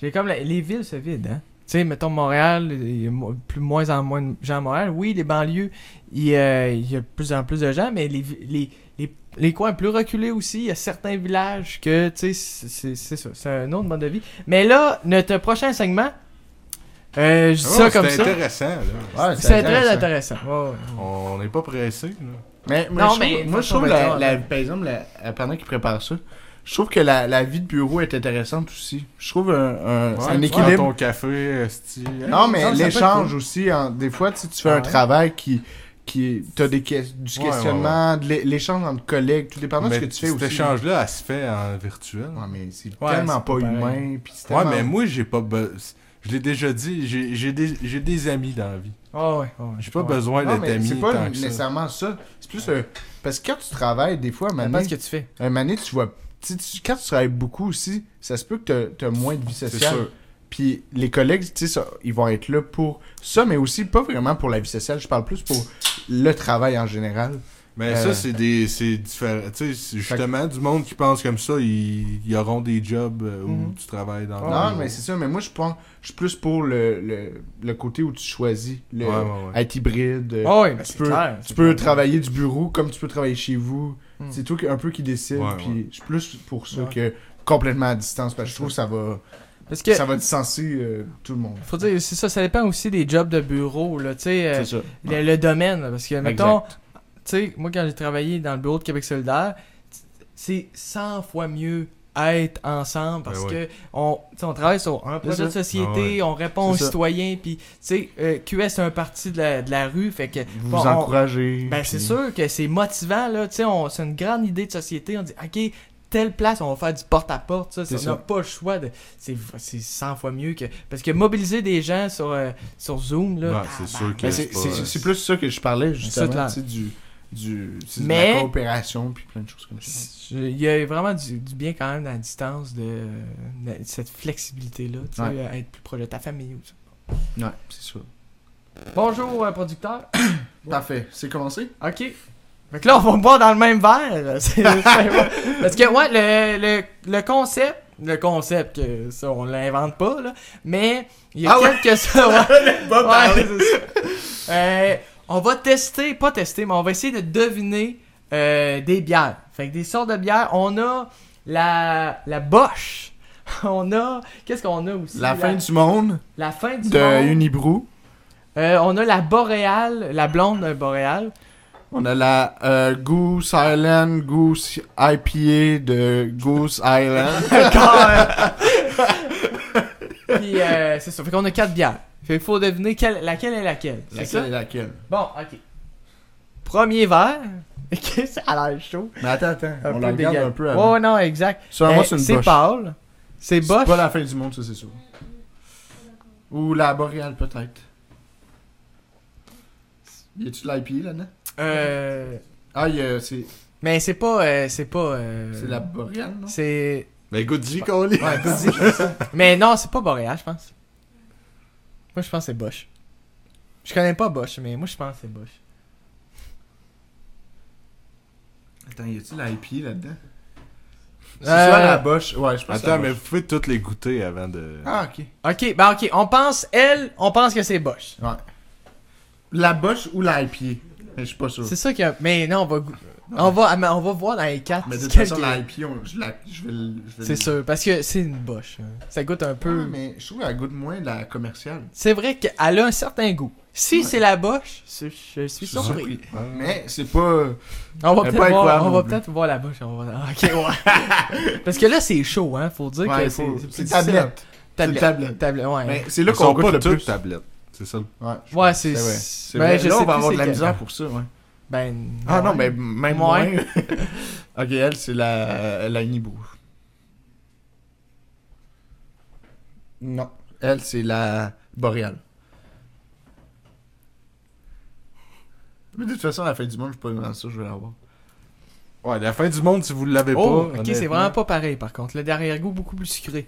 Speaker 1: j'ai comme. la- Les villes se vident, hein. sais, mettons Montréal, il y a mo- plus moins en moins de gens à Montréal. Oui, les banlieues, il y a, il y a de plus en plus de gens, mais les, vi- les, les, les coins plus reculés aussi, il y a certains villages que, tu sais, c'est- c'est c'est ça, c'est un autre mode de vie. Mais là, notre prochain segment, euh, je dis ça
Speaker 3: Ouais,
Speaker 1: comme
Speaker 3: Oh, Ah, C'est
Speaker 1: ça.
Speaker 3: intéressant, là.
Speaker 2: Ouais,
Speaker 1: C'est très intéressant. Ouais, ouais.
Speaker 3: On n'est pas pressé, là.
Speaker 2: Mais, mais
Speaker 1: Non,
Speaker 2: je
Speaker 1: mais
Speaker 2: trouve, moi, je
Speaker 1: faut
Speaker 2: trouve,
Speaker 1: qu'on
Speaker 2: la,
Speaker 1: mette ça,
Speaker 2: la-
Speaker 1: ouais.
Speaker 2: par exemple, la, la- pendant qu'ils préparent ça, je trouve que la, la vie de bureau est intéressante aussi. Je trouve un, un,
Speaker 3: Ouais,
Speaker 2: c'est un
Speaker 3: tu prends
Speaker 2: équilibre.
Speaker 3: ton café, esti.
Speaker 2: Non, mais
Speaker 3: Ça, ça peut être
Speaker 2: l'échange
Speaker 3: cool. Ah
Speaker 2: aussi. hein, des fois, tu, sais, tu fais
Speaker 1: Ouais.
Speaker 2: un travail qui. qui T'as des que- du
Speaker 3: Ouais,
Speaker 2: questionnement, de l'é- l'échange entre collègues, tout dépendant de
Speaker 3: Mais
Speaker 2: ce que tu fais
Speaker 3: cet
Speaker 2: aussi.
Speaker 3: échange-là, elle se fait en virtuel.
Speaker 2: Ouais, mais c'est
Speaker 3: Ouais,
Speaker 2: tellement
Speaker 1: c'est
Speaker 2: pas
Speaker 1: pas pareil.
Speaker 2: humain. Pis c'est
Speaker 3: Ouais,
Speaker 2: tellement-
Speaker 3: mais moi, j'ai pas. be- Je l'ai déjà dit, j'ai- j'ai des, j'ai des amis dans la vie.
Speaker 1: Ah ouais, ouais, ouais.
Speaker 3: J'ai pas
Speaker 1: Ouais.
Speaker 3: besoin
Speaker 2: Non,
Speaker 3: d'être
Speaker 2: mais
Speaker 3: ami
Speaker 2: c'est pas
Speaker 3: tant que ça.
Speaker 2: nécessairement ça. C'est plus. euh, parce que quand tu travailles, des fois, à
Speaker 1: Ça
Speaker 2: un moment
Speaker 1: dépend ce
Speaker 2: donné,
Speaker 1: que tu fais.
Speaker 2: à un moment donné, tu vois. tu sais, tu- quand tu travailles beaucoup aussi, ça se peut que t'as as moins de vie
Speaker 3: C'est
Speaker 2: sociale.
Speaker 3: sûr.
Speaker 2: Puis les collègues, tu sais, ça, ils vont être là pour ça, mais aussi pas vraiment pour la vie sociale. Je parle plus pour le travail en général.
Speaker 3: Mais
Speaker 2: Euh,
Speaker 3: ça, c'est des. C'est différent. Tu sais, c'est justement, du monde qui pense comme ça, ils, ils auront des jobs euh, où
Speaker 1: Mhm.
Speaker 3: tu travailles dans le
Speaker 2: non,
Speaker 3: bureau.
Speaker 2: Mm-hmm. Ah, mais c'est ça. Mais moi, je pense, je suis plus pour le, le, le côté où tu choisis le,
Speaker 3: Ouais, ouais, ouais.
Speaker 2: être hybride. euh,
Speaker 1: Ah ouais, ben,
Speaker 2: tu
Speaker 1: c'est
Speaker 2: peux,
Speaker 1: clair,
Speaker 2: tu
Speaker 1: c'est
Speaker 2: peux
Speaker 1: clair.
Speaker 2: travailler du bureau comme tu peux travailler chez vous.
Speaker 1: Mm.
Speaker 2: C'est toi qui, un peu qui décide.
Speaker 3: Ouais,
Speaker 2: puis
Speaker 3: ouais.
Speaker 2: je suis plus pour ça
Speaker 1: Ouais.
Speaker 2: que complètement à distance parce que je trouve que ça va,
Speaker 1: Parce que,
Speaker 2: ça va distancer euh, tout le monde.
Speaker 1: faut dire, c'est ça, ça dépend aussi des jobs de bureau, là, tu sais. euh,
Speaker 2: C'est ça.
Speaker 1: le, le domaine. là, Parce que, mettons, tu sais, moi, quand j'ai travaillé dans le bureau de Québec solidaire, t- c'est 100 fois mieux être ensemble parce
Speaker 3: Ben
Speaker 1: que on, tu sais, on travaille sur un projet
Speaker 2: ça.
Speaker 1: de société,
Speaker 3: Ah ouais.
Speaker 1: on répond aux
Speaker 2: C'est ça.
Speaker 1: citoyens, puis, tu sais, euh, QS, c'est un parti de la, de la rue, fait que...
Speaker 2: Vous
Speaker 1: bon, on-
Speaker 2: vous encouragez.
Speaker 1: ben, c'est sûr que c'est motivant, là. Tu sais, on- c'est une grande idée de société. On dit, OK, telle place, on va faire du porte-à-porte. ça,
Speaker 2: C'est
Speaker 1: ça, on n'a
Speaker 2: ça.
Speaker 1: pas le choix. De... C'est c'est 100 fois mieux que. Parce que mobiliser des gens sur, euh, sur Zoom, là.
Speaker 3: Ouais, c'est sûr que
Speaker 2: Mais
Speaker 3: c'est
Speaker 2: Ben, c'est
Speaker 3: pas-
Speaker 2: c'est- c'est plus ça que je parlais,
Speaker 1: C'est
Speaker 2: justement,
Speaker 1: clair.
Speaker 2: tu sais, du, du, c'est de
Speaker 1: Mais-
Speaker 2: la coopération, puis plein de choses comme ça.
Speaker 1: Je- Il y a vraiment du, du bien quand même dans la distance de, de cette flexibilité-là, tu sais,
Speaker 2: Ouais.
Speaker 1: à être plus proche de ta famille. ou ça.
Speaker 2: Ouais, c'est ça.
Speaker 1: Bonjour, euh, producteur.
Speaker 2: Parfait, c'est commencé?
Speaker 1: OK. Fait que là, on va boire dans le même verre. C'est- Parce que, ouais, le, le, le concept, le concept, que ça, on l'invente pas, là, mais il y a
Speaker 2: Ah ouais?
Speaker 1: quelques... ouais.
Speaker 2: Pas
Speaker 1: Ouais, c'est ça. Euh, on va tester, pas tester, mais on va essayer de deviner euh, des bières. Fait que des sortes de bières, on a la, la Bosch. On a. Qu'est-ce qu'on a aussi
Speaker 2: La fin du monde
Speaker 1: la fin du
Speaker 2: de
Speaker 1: monde.
Speaker 2: Unibrew.
Speaker 1: Euh, on a la Boréale, la blonde d'un Boréal.
Speaker 2: On a la euh, Goose Island, Goose IPA de Goose Island.
Speaker 1: Puis euh, c'est ça. Fait qu'on a quatre bières. Fait qu'il faut deviner quelle- laquelle est laquelle. C'est ça?
Speaker 2: est laquelle?
Speaker 1: Bon, ok. Premier verre. Ok, ça a l'air chaud.
Speaker 2: Mais attends, attends,
Speaker 1: Un
Speaker 2: on
Speaker 1: peu
Speaker 2: la regarde
Speaker 1: dégueu.
Speaker 2: un peu
Speaker 1: Ouais,
Speaker 2: avant.
Speaker 1: ouais, non, exact.
Speaker 2: Selon moi,
Speaker 1: Euh,
Speaker 2: c'est une
Speaker 1: C'est
Speaker 2: Bosch.
Speaker 1: pâle. C'est
Speaker 2: C'est
Speaker 1: Bosch.
Speaker 2: pas la fin du monde, ça, c'est sûr. Ou la Boréale, peut-être. Y a-tu de l'IPA là-dedans?
Speaker 1: Euh,
Speaker 2: Ah, y a- c'est
Speaker 1: mais c'est pas. euh, c'est pas. euh,
Speaker 2: c'est la Boréale, non?
Speaker 1: C'est.
Speaker 3: Mais goûte-y, Colin.
Speaker 2: Ouais, vas-y, je sais.
Speaker 1: Mais non, c'est pas Boréal, je pense. Moi, je pense que c'est Bosch. Je connais pas Bosch, mais moi, je pense que c'est Bosch.
Speaker 2: Attends, y a-tu la IP là-dedans? C'est
Speaker 1: Euh,
Speaker 2: soit la Bosch. Ouais, je pense que c'est la
Speaker 3: Attends, mais vous
Speaker 2: Bosch.
Speaker 3: pouvez toutes les goûter avant de.
Speaker 2: Ah, ok.
Speaker 1: Ok, ben ok, on pense, elle, on pense que c'est Bosch.
Speaker 2: Ouais. La Bosch ou la IP? Mais je suis pas sûr.
Speaker 1: C'est ça qu'il y a. Mais non, on va. go- On va, mais on va voir dans les quatre.
Speaker 2: Mais de toute
Speaker 1: quel
Speaker 2: façon,
Speaker 1: qui-
Speaker 2: la IP, on- je, la- je vais le. je vais
Speaker 1: C'est
Speaker 2: le-
Speaker 1: sûr, parce que c'est une Bosch. hein. Ça goûte un peu.
Speaker 2: Ouais, mais je trouve qu'elle goûte moins la commerciale.
Speaker 1: C'est vrai qu'elle a un certain goût. Si c'est la Bosch, c'est- je suis
Speaker 2: Je suis
Speaker 1: surpris.
Speaker 3: Ah.
Speaker 2: Mais c'est pas.
Speaker 1: On va
Speaker 2: Elle est
Speaker 1: peut-être voir,
Speaker 2: pas incroyable
Speaker 1: on
Speaker 2: non
Speaker 1: va
Speaker 2: plus.
Speaker 1: peut-être voir la bouche. On va... Ok, ouais. Parce que là, c'est chaud, hein. Faut dire
Speaker 2: Ouais,
Speaker 1: que
Speaker 2: faut-
Speaker 1: c'est-
Speaker 2: c'est
Speaker 1: c'est
Speaker 2: tablette.
Speaker 1: Tablette.
Speaker 2: tablette.
Speaker 1: Tablette, ouais.
Speaker 2: Mais c'est là
Speaker 3: Ils
Speaker 2: qu'on
Speaker 3: sont
Speaker 2: goûte
Speaker 3: pas
Speaker 2: le
Speaker 3: toutes
Speaker 2: plus.
Speaker 3: tablettes. C'est ça le
Speaker 2: Ouais, je
Speaker 1: Ouais,
Speaker 2: pense
Speaker 1: c'est-
Speaker 2: que vrai.
Speaker 1: c'est-
Speaker 2: C'est
Speaker 1: ben,
Speaker 2: vrai.
Speaker 1: je
Speaker 2: là,
Speaker 1: sais
Speaker 2: on va
Speaker 1: plus
Speaker 2: avoir de
Speaker 1: c'est
Speaker 2: la
Speaker 1: quel.
Speaker 2: misère pour ça, ouais.
Speaker 1: Ben.
Speaker 2: Ah non, mais
Speaker 1: ouais.
Speaker 2: même moins.
Speaker 1: Moins.
Speaker 2: ok, elle, c'est la, la Nibou. Non. Elle, c'est la Boréale. Mais de toute façon, à la fin du monde, je suis pas dans ça, je vais l'avoir.
Speaker 3: Ouais, la fin du monde, si vous l'avez
Speaker 1: Oh,
Speaker 3: pas.
Speaker 1: ok, c'est
Speaker 3: honnêtement.
Speaker 1: vraiment pas pareil par contre. Le derrière-goût, beaucoup plus sucré.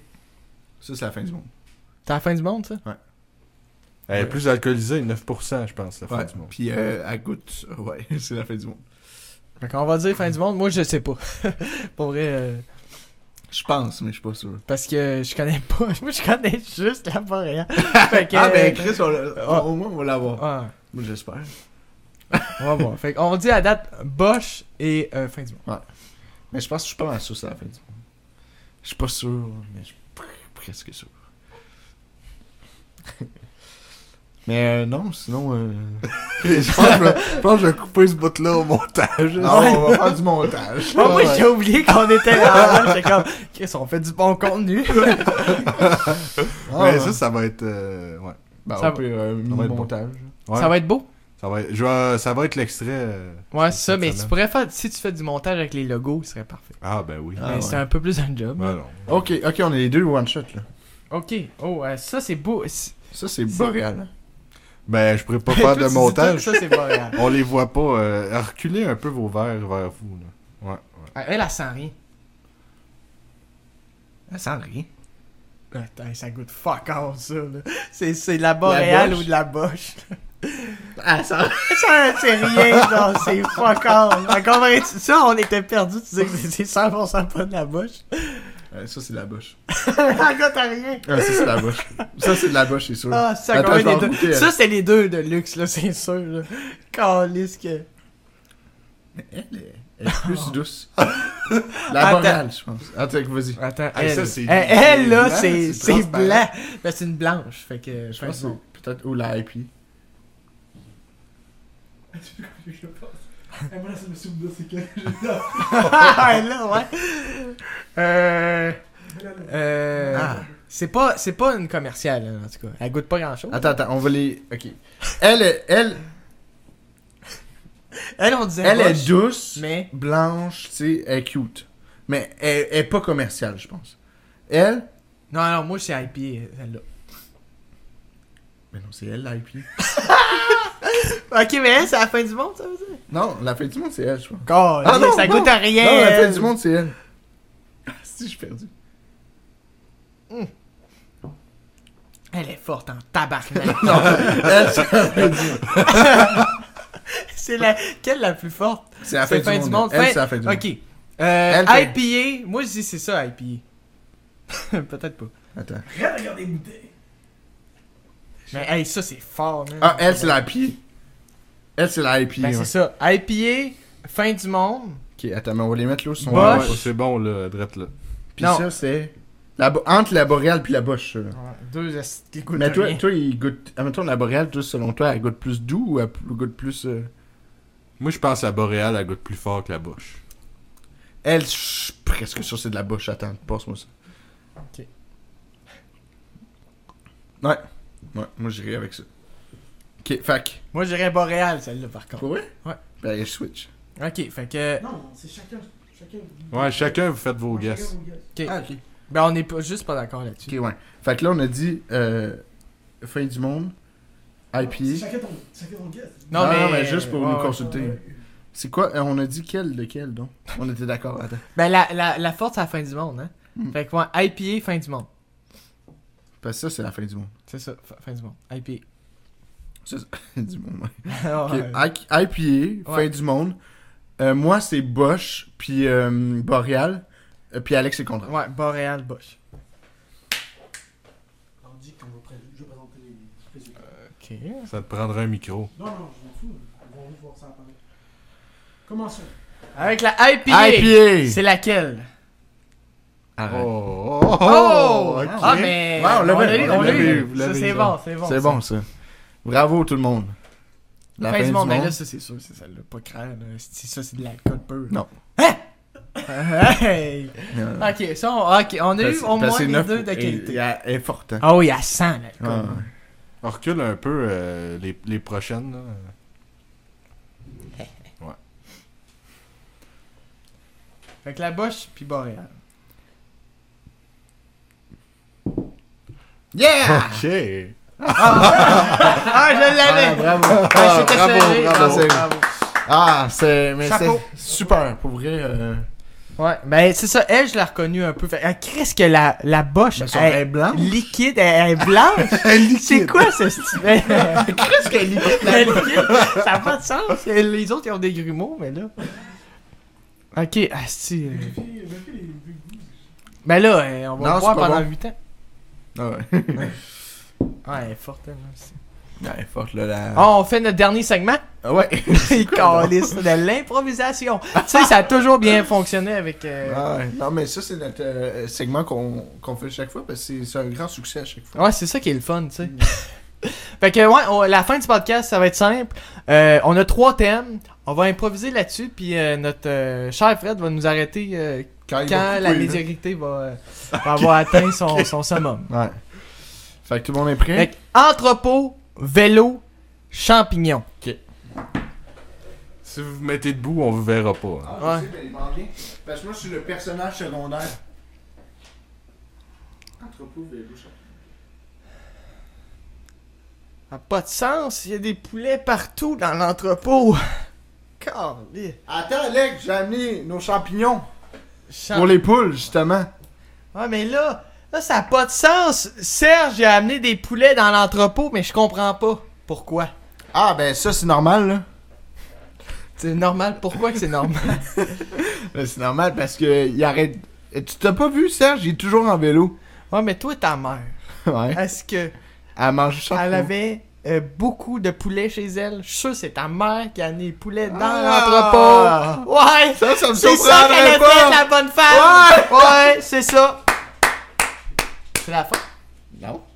Speaker 2: Ça, c'est la fin du monde.
Speaker 1: C'est la fin du monde, ça
Speaker 3: Elle est plus alcoolisée, 9%, je pense, la fin
Speaker 2: Ouais.
Speaker 3: du monde.
Speaker 2: Puis, euh, elle goûte. Ouais, c'est la fin du monde.
Speaker 1: Fait qu'on va dire fin du monde. Moi, je sais pas. Pour vrai. euh,
Speaker 2: Je pense, mais je suis pas sûr.
Speaker 1: Parce que je connais pas. Moi, je connais juste la forêt. Fait que,
Speaker 2: Ah, ben Chris, on l'a-
Speaker 1: Ah.
Speaker 2: au moins on va l'avoir.
Speaker 1: ouais,
Speaker 2: Moi, J'espère.
Speaker 1: on va voir. Fait qu'on dit à date Bosch et euh, fin du mois.
Speaker 2: Mais je pense que je suis pas mal sûr, c'est la fin du monde. Je suis pas sûr, mais je suis pre- presque sûr. mais euh, non, sinon. euh,
Speaker 3: je, pense que, je pense que je vais couper ce bout-là Ah, au montage.
Speaker 2: Non, on va faire du montage.
Speaker 1: Ah, Moi, moi,
Speaker 2: Ouais.
Speaker 1: j'ai oublié qu'on était là. J'étais comme, Chris, on fait du bon contenu.
Speaker 2: Ah,
Speaker 3: mais
Speaker 2: ouais.
Speaker 3: ça, ça va être. euh, ouais.
Speaker 2: Ben,
Speaker 1: ça
Speaker 2: au pire, euh,
Speaker 3: va être bon.
Speaker 2: montage.
Speaker 3: Ouais.
Speaker 1: Ça va être beau.
Speaker 3: Ça va être, je vais- ça va être l'extrait. euh,
Speaker 1: Ouais, c'est ça.
Speaker 3: Cette
Speaker 1: Mais tu
Speaker 3: semaine.
Speaker 1: pourrais faire. Si tu fais du montage avec les logos, ce serait parfait.
Speaker 3: Ah, ben oui.
Speaker 2: Ah,
Speaker 1: mais c'est
Speaker 2: ouais.
Speaker 1: un peu plus un job.
Speaker 3: Ben non.
Speaker 2: Ok, ok, on est les deux one shot là.
Speaker 1: Ok. Oh, euh, ça, c'est beau. C'est-
Speaker 2: Ça c'est boréal.
Speaker 3: Ben, je pourrais pas faire
Speaker 1: Toi,
Speaker 3: de
Speaker 1: tu dis
Speaker 3: montage.
Speaker 1: tout, Ça, c'est pas grave.
Speaker 3: On les voit pas. euh, reculez un peu vos verres vers vous. Là. Ouais, ouais.
Speaker 1: Ah, Elle, elle sent rien.
Speaker 2: Ça sent rien.
Speaker 1: Attends, ça goûte fuck all, ça. là. C'est, c'est de la boréale
Speaker 2: Bosch.
Speaker 1: ou de la boche.
Speaker 2: Ah, ça
Speaker 1: Ça, c'est rien, genre, c'est fuck all. Fait qu'on va être- Ça, on était perdus. Tu disais que c'est 100% pas de la boche.
Speaker 2: Ça c'est de la bouche.
Speaker 1: Elle goûte à rien.
Speaker 2: Ah, ça c'est de la bouche. ça c'est de la bouche, c'est sûr.
Speaker 1: Ah, c'est ça,
Speaker 2: Attends,
Speaker 1: quand même
Speaker 2: je vais
Speaker 1: les
Speaker 2: en goûter,
Speaker 1: deux.
Speaker 2: elle.
Speaker 1: Ça, c'est les deux de luxe, là, c'est sûr. Là. Calisse que.
Speaker 2: Elle est, elle est plus douce. la boréale, je pense. Attends, vas-y.
Speaker 1: Attends,
Speaker 3: Ah,
Speaker 1: elle,
Speaker 3: ça, c'est-
Speaker 1: elle, elle,
Speaker 3: c'est
Speaker 1: là,
Speaker 3: blanc,
Speaker 1: c'est,
Speaker 3: c'est
Speaker 1: c'est
Speaker 3: transparent.
Speaker 1: blanc. Ben, c'est une blanche, fait que
Speaker 2: Je pense que c'est peut-être ou la IP.
Speaker 1: Ah, là, ouais. Euh. Euh.
Speaker 2: Ah.
Speaker 1: C'est, pas, c'est pas une commerciale, là, en tout cas. Elle goûte pas grand chose.
Speaker 2: Attends, attends, on va les. Ok. Elle est, elle,
Speaker 1: Elle, on disait.
Speaker 2: elle est
Speaker 1: moche,
Speaker 2: douce,
Speaker 1: Mais.
Speaker 2: blanche, tu sais, elle est cute. Mais elle, elle est pas commerciale, je pense. Elle.
Speaker 1: Non, non, moi, c'est IP, celle-là.
Speaker 2: Mais non, c'est elle l'IP.
Speaker 1: Ok, mais elle, c'est la fin du monde, ça veut dire?
Speaker 2: Non, la fin du monde, c'est elle, je pense.
Speaker 1: Calisse,
Speaker 2: Ah, non,
Speaker 1: ça
Speaker 2: non.
Speaker 1: goûte à rien.
Speaker 2: Non, la fin
Speaker 1: elle.
Speaker 2: du monde, c'est elle. Ah, si, je suis perdu.
Speaker 1: Elle est forte en tabarnak.
Speaker 2: Non, elle, c'est la fin du monde.
Speaker 1: c'est la. Quelle la plus forte?
Speaker 2: C'est la
Speaker 1: C'est
Speaker 2: fin
Speaker 1: la
Speaker 2: du monde. Elle,
Speaker 1: Fin-
Speaker 2: c'est la fin du monde.
Speaker 1: Ok. Euh,
Speaker 2: Elle fait-
Speaker 1: IPA, moi je dis c'est ça, IPA. Peut-être pas.
Speaker 2: Attends.
Speaker 1: Mais hey, ça c'est fort, man.
Speaker 2: Ah, elle, c'est la IP. Elle, c'est la IP.
Speaker 1: Ben,
Speaker 2: ouais.
Speaker 1: c'est ça. IPA, fin du monde.
Speaker 2: Ok, attends, mais on va les mettre là sur son
Speaker 1: Bosch.
Speaker 2: verre.
Speaker 3: Ah, Ouais, c'est bon, là, drette là.
Speaker 2: Puis
Speaker 1: Non.
Speaker 2: ça, c'est. la bo- Entre la boréale puis la boche, ça, là.
Speaker 1: Deux est- qui goûtent
Speaker 2: Mais toi,
Speaker 1: rien.
Speaker 2: toi, il goûte. Admettons, la boréale, toi, selon toi, elle goûte plus doux ou elle p- goûte plus. euh,
Speaker 3: Moi, je pense que la boréale, elle goûte plus fort que la bouche.
Speaker 2: Elle, je suis presque sûr, que c'est de la boche. Attends, passe-moi ça.
Speaker 1: Ok.
Speaker 2: Ouais. Ouais, moi, j'irai avec ça. Ok, fac.
Speaker 1: Moi j'irais boréal celle-là par contre.
Speaker 2: Ouais?
Speaker 1: Ouais.
Speaker 2: Ben, je switch.
Speaker 1: Ok, fait que.
Speaker 4: Non, c'est chacun. Chacun.
Speaker 3: Ouais, chacun, vous faites vos guesses.
Speaker 1: ok.
Speaker 2: ok.
Speaker 1: Ben on est pas, juste pas d'accord là-dessus.
Speaker 2: Ok, ouais. Fait que là, on a dit euh, fin du monde, IPA.
Speaker 4: Chacun ton, chacun ton guess.
Speaker 1: Non, mais...
Speaker 2: juste pour
Speaker 1: ouais,
Speaker 2: nous
Speaker 1: ouais.
Speaker 2: consulter. C'est quoi euh, On a dit quel de quel, donc On était d'accord, attends.
Speaker 1: Ben la, la, la forte c'est la fin du monde, hein.
Speaker 2: Hmm.
Speaker 1: Fait que moi, IPA, fin du monde.
Speaker 2: Parce que ça, c'est la fin du monde.
Speaker 1: C'est ça, fin fin du monde. IPA.
Speaker 2: Ça, c'est du monde, ouais. Ok,
Speaker 1: Ouais.
Speaker 2: I- IPA, fin
Speaker 1: Ouais.
Speaker 2: du monde. Euh, moi, c'est Bosch, puis euh, Boreal, euh, puis Alex, c'est contre.
Speaker 1: ouais, boréal, Bosch.
Speaker 4: Ah, On dit qu'on va pré- je vais présenter les résultats.
Speaker 1: Ok.
Speaker 3: Ça te prendra un micro.
Speaker 4: Non, non, je m'en fous. On va voir ça apparaître. Commençons.
Speaker 1: Avec la
Speaker 2: IPA
Speaker 1: C'est laquelle?
Speaker 2: Arrête.
Speaker 3: Oh, oh,
Speaker 1: Oh!
Speaker 3: ok.
Speaker 1: Ah, mais.
Speaker 2: Ouais, on l'a vu,
Speaker 1: on
Speaker 2: on
Speaker 1: l'a
Speaker 2: l'a
Speaker 1: eu.
Speaker 3: vu, vous
Speaker 1: Ça,
Speaker 3: l'avez
Speaker 1: c'est
Speaker 3: eu,
Speaker 1: bon, c'est bon.
Speaker 2: C'est bon, ça. Bravo, tout le monde.
Speaker 1: La fin, du monde, mais là, ça, c'est sûr, c'est celle-là. Pas crâne. là. C'est- Ça, c'est de l'alcool pur.
Speaker 2: Non.
Speaker 1: Hein? hey!
Speaker 2: Non, non.
Speaker 1: Ok, ça, on, ok, on a eu
Speaker 2: Parce-
Speaker 1: au
Speaker 2: parce
Speaker 1: moins
Speaker 2: que
Speaker 1: les
Speaker 2: neuf-
Speaker 1: deux de
Speaker 2: elle-
Speaker 1: qualité.
Speaker 2: Elle elle est forte, hein.
Speaker 1: Ah oui, à 100, l'alcool.
Speaker 2: Ouais, ouais.
Speaker 3: On recule un peu euh, les, les prochaines. Là.
Speaker 1: Fait que la boche, puis boréal.
Speaker 2: Yeah!
Speaker 3: Ok.
Speaker 1: Ah, je
Speaker 2: Ah,
Speaker 1: l'avais!
Speaker 2: bravo.
Speaker 1: Ah, c'était
Speaker 2: bravo,
Speaker 1: serré.
Speaker 2: bravo.
Speaker 1: Ah, bravo.
Speaker 2: Ah, c'est. Mais c'est
Speaker 1: Chapeau.
Speaker 2: super, pour vrai. Euh...
Speaker 1: Ouais, ben c'est ça, elle, je l'ai reconnue un peu. Fait, ah, Qu'est-ce que la, la boche,
Speaker 2: Ben, son- elle est
Speaker 1: elle,
Speaker 2: blanche.
Speaker 1: liquide, elle, elle est blanche? C'est quoi ce style?
Speaker 2: Qu'est-ce qu'elle est
Speaker 1: La liquide, ça n'a pas de sens. Les autres, ils ont des grumeaux, mais là. Ok, asti. euh.
Speaker 4: Vérifie vérifie les les goûts.
Speaker 1: Mais là, euh, on va
Speaker 2: Non,
Speaker 1: le voir
Speaker 2: c'est pas
Speaker 1: pendant
Speaker 2: bon.
Speaker 1: 8 ans.
Speaker 2: Ah ouais.
Speaker 1: Ouais, elle est forte, elle, aussi.
Speaker 2: ouais, fuck là, la...
Speaker 1: Ah, on fait notre dernier segment.
Speaker 2: Ah ouais.
Speaker 1: Il calisse de l'improvisation. tu sais, ça a toujours bien fonctionné avec. euh,
Speaker 2: Ah ouais. Non, mais ça, c'est notre euh, segment qu'on qu'on fait chaque fois, parce que c'est- c'est un grand succès à chaque fois.
Speaker 1: Ouais, c'est ça qui est le fun, tu
Speaker 2: Mm.
Speaker 1: sais. fait que, ouais, on- la fin du podcast, ça va être simple. Euh, on a trois thèmes. On va improviser là-dessus, puis euh, notre euh, cher Fred va nous arrêter euh,
Speaker 2: Ah, il
Speaker 1: quand
Speaker 2: va
Speaker 1: la
Speaker 2: couper, là.
Speaker 1: médiocrité va, euh, va avoir atteint son, son summum.
Speaker 2: Ouais. Fait que tout le monde est prêt.
Speaker 1: Fait que, entrepôt, vélo, champignons.
Speaker 3: Si vous vous mettez debout, on vous verra pas. hein.
Speaker 1: Ouais.
Speaker 2: Ah, je sais, mais il m'en vient. Parce que moi, je suis le personnage secondaire. Entrepôt vélo champion.
Speaker 1: Ça n'a pas de sens, il y a des poulets partout dans l'entrepôt. Calé.
Speaker 2: Attends, Alex, j'ai amené nos champignons.
Speaker 1: Champ-
Speaker 2: Pour les poules, justement.
Speaker 1: Ouais, mais là, là, ça n'a pas de sens. Serge il a amené des poulets dans l'entrepôt, mais je comprends pas pourquoi.
Speaker 2: Ah, ben ça, c'est normal, là.
Speaker 1: C'est normal. Pourquoi que c'est normal?
Speaker 2: Ben, c'est normal parce que il arrête. Eh, Tu t'as pas vu, Serge? Il est toujours en vélo.
Speaker 1: ouais, mais toi, ta mère,
Speaker 2: ouais.
Speaker 1: est-ce que
Speaker 2: Elle mange du champignon.
Speaker 1: elle avait euh, beaucoup de poulets chez elle? Je suis sûr que c'est ta mère qui a amené les poulets dans
Speaker 2: Ah!
Speaker 1: l'entrepôt. Ouais!
Speaker 2: Ça, ça me
Speaker 1: C'est ça qu'elle
Speaker 2: surprendrait
Speaker 1: a fait,
Speaker 2: pas!
Speaker 1: la bonne femme! Ouais! c'est ça. C'est la fin.
Speaker 2: Non.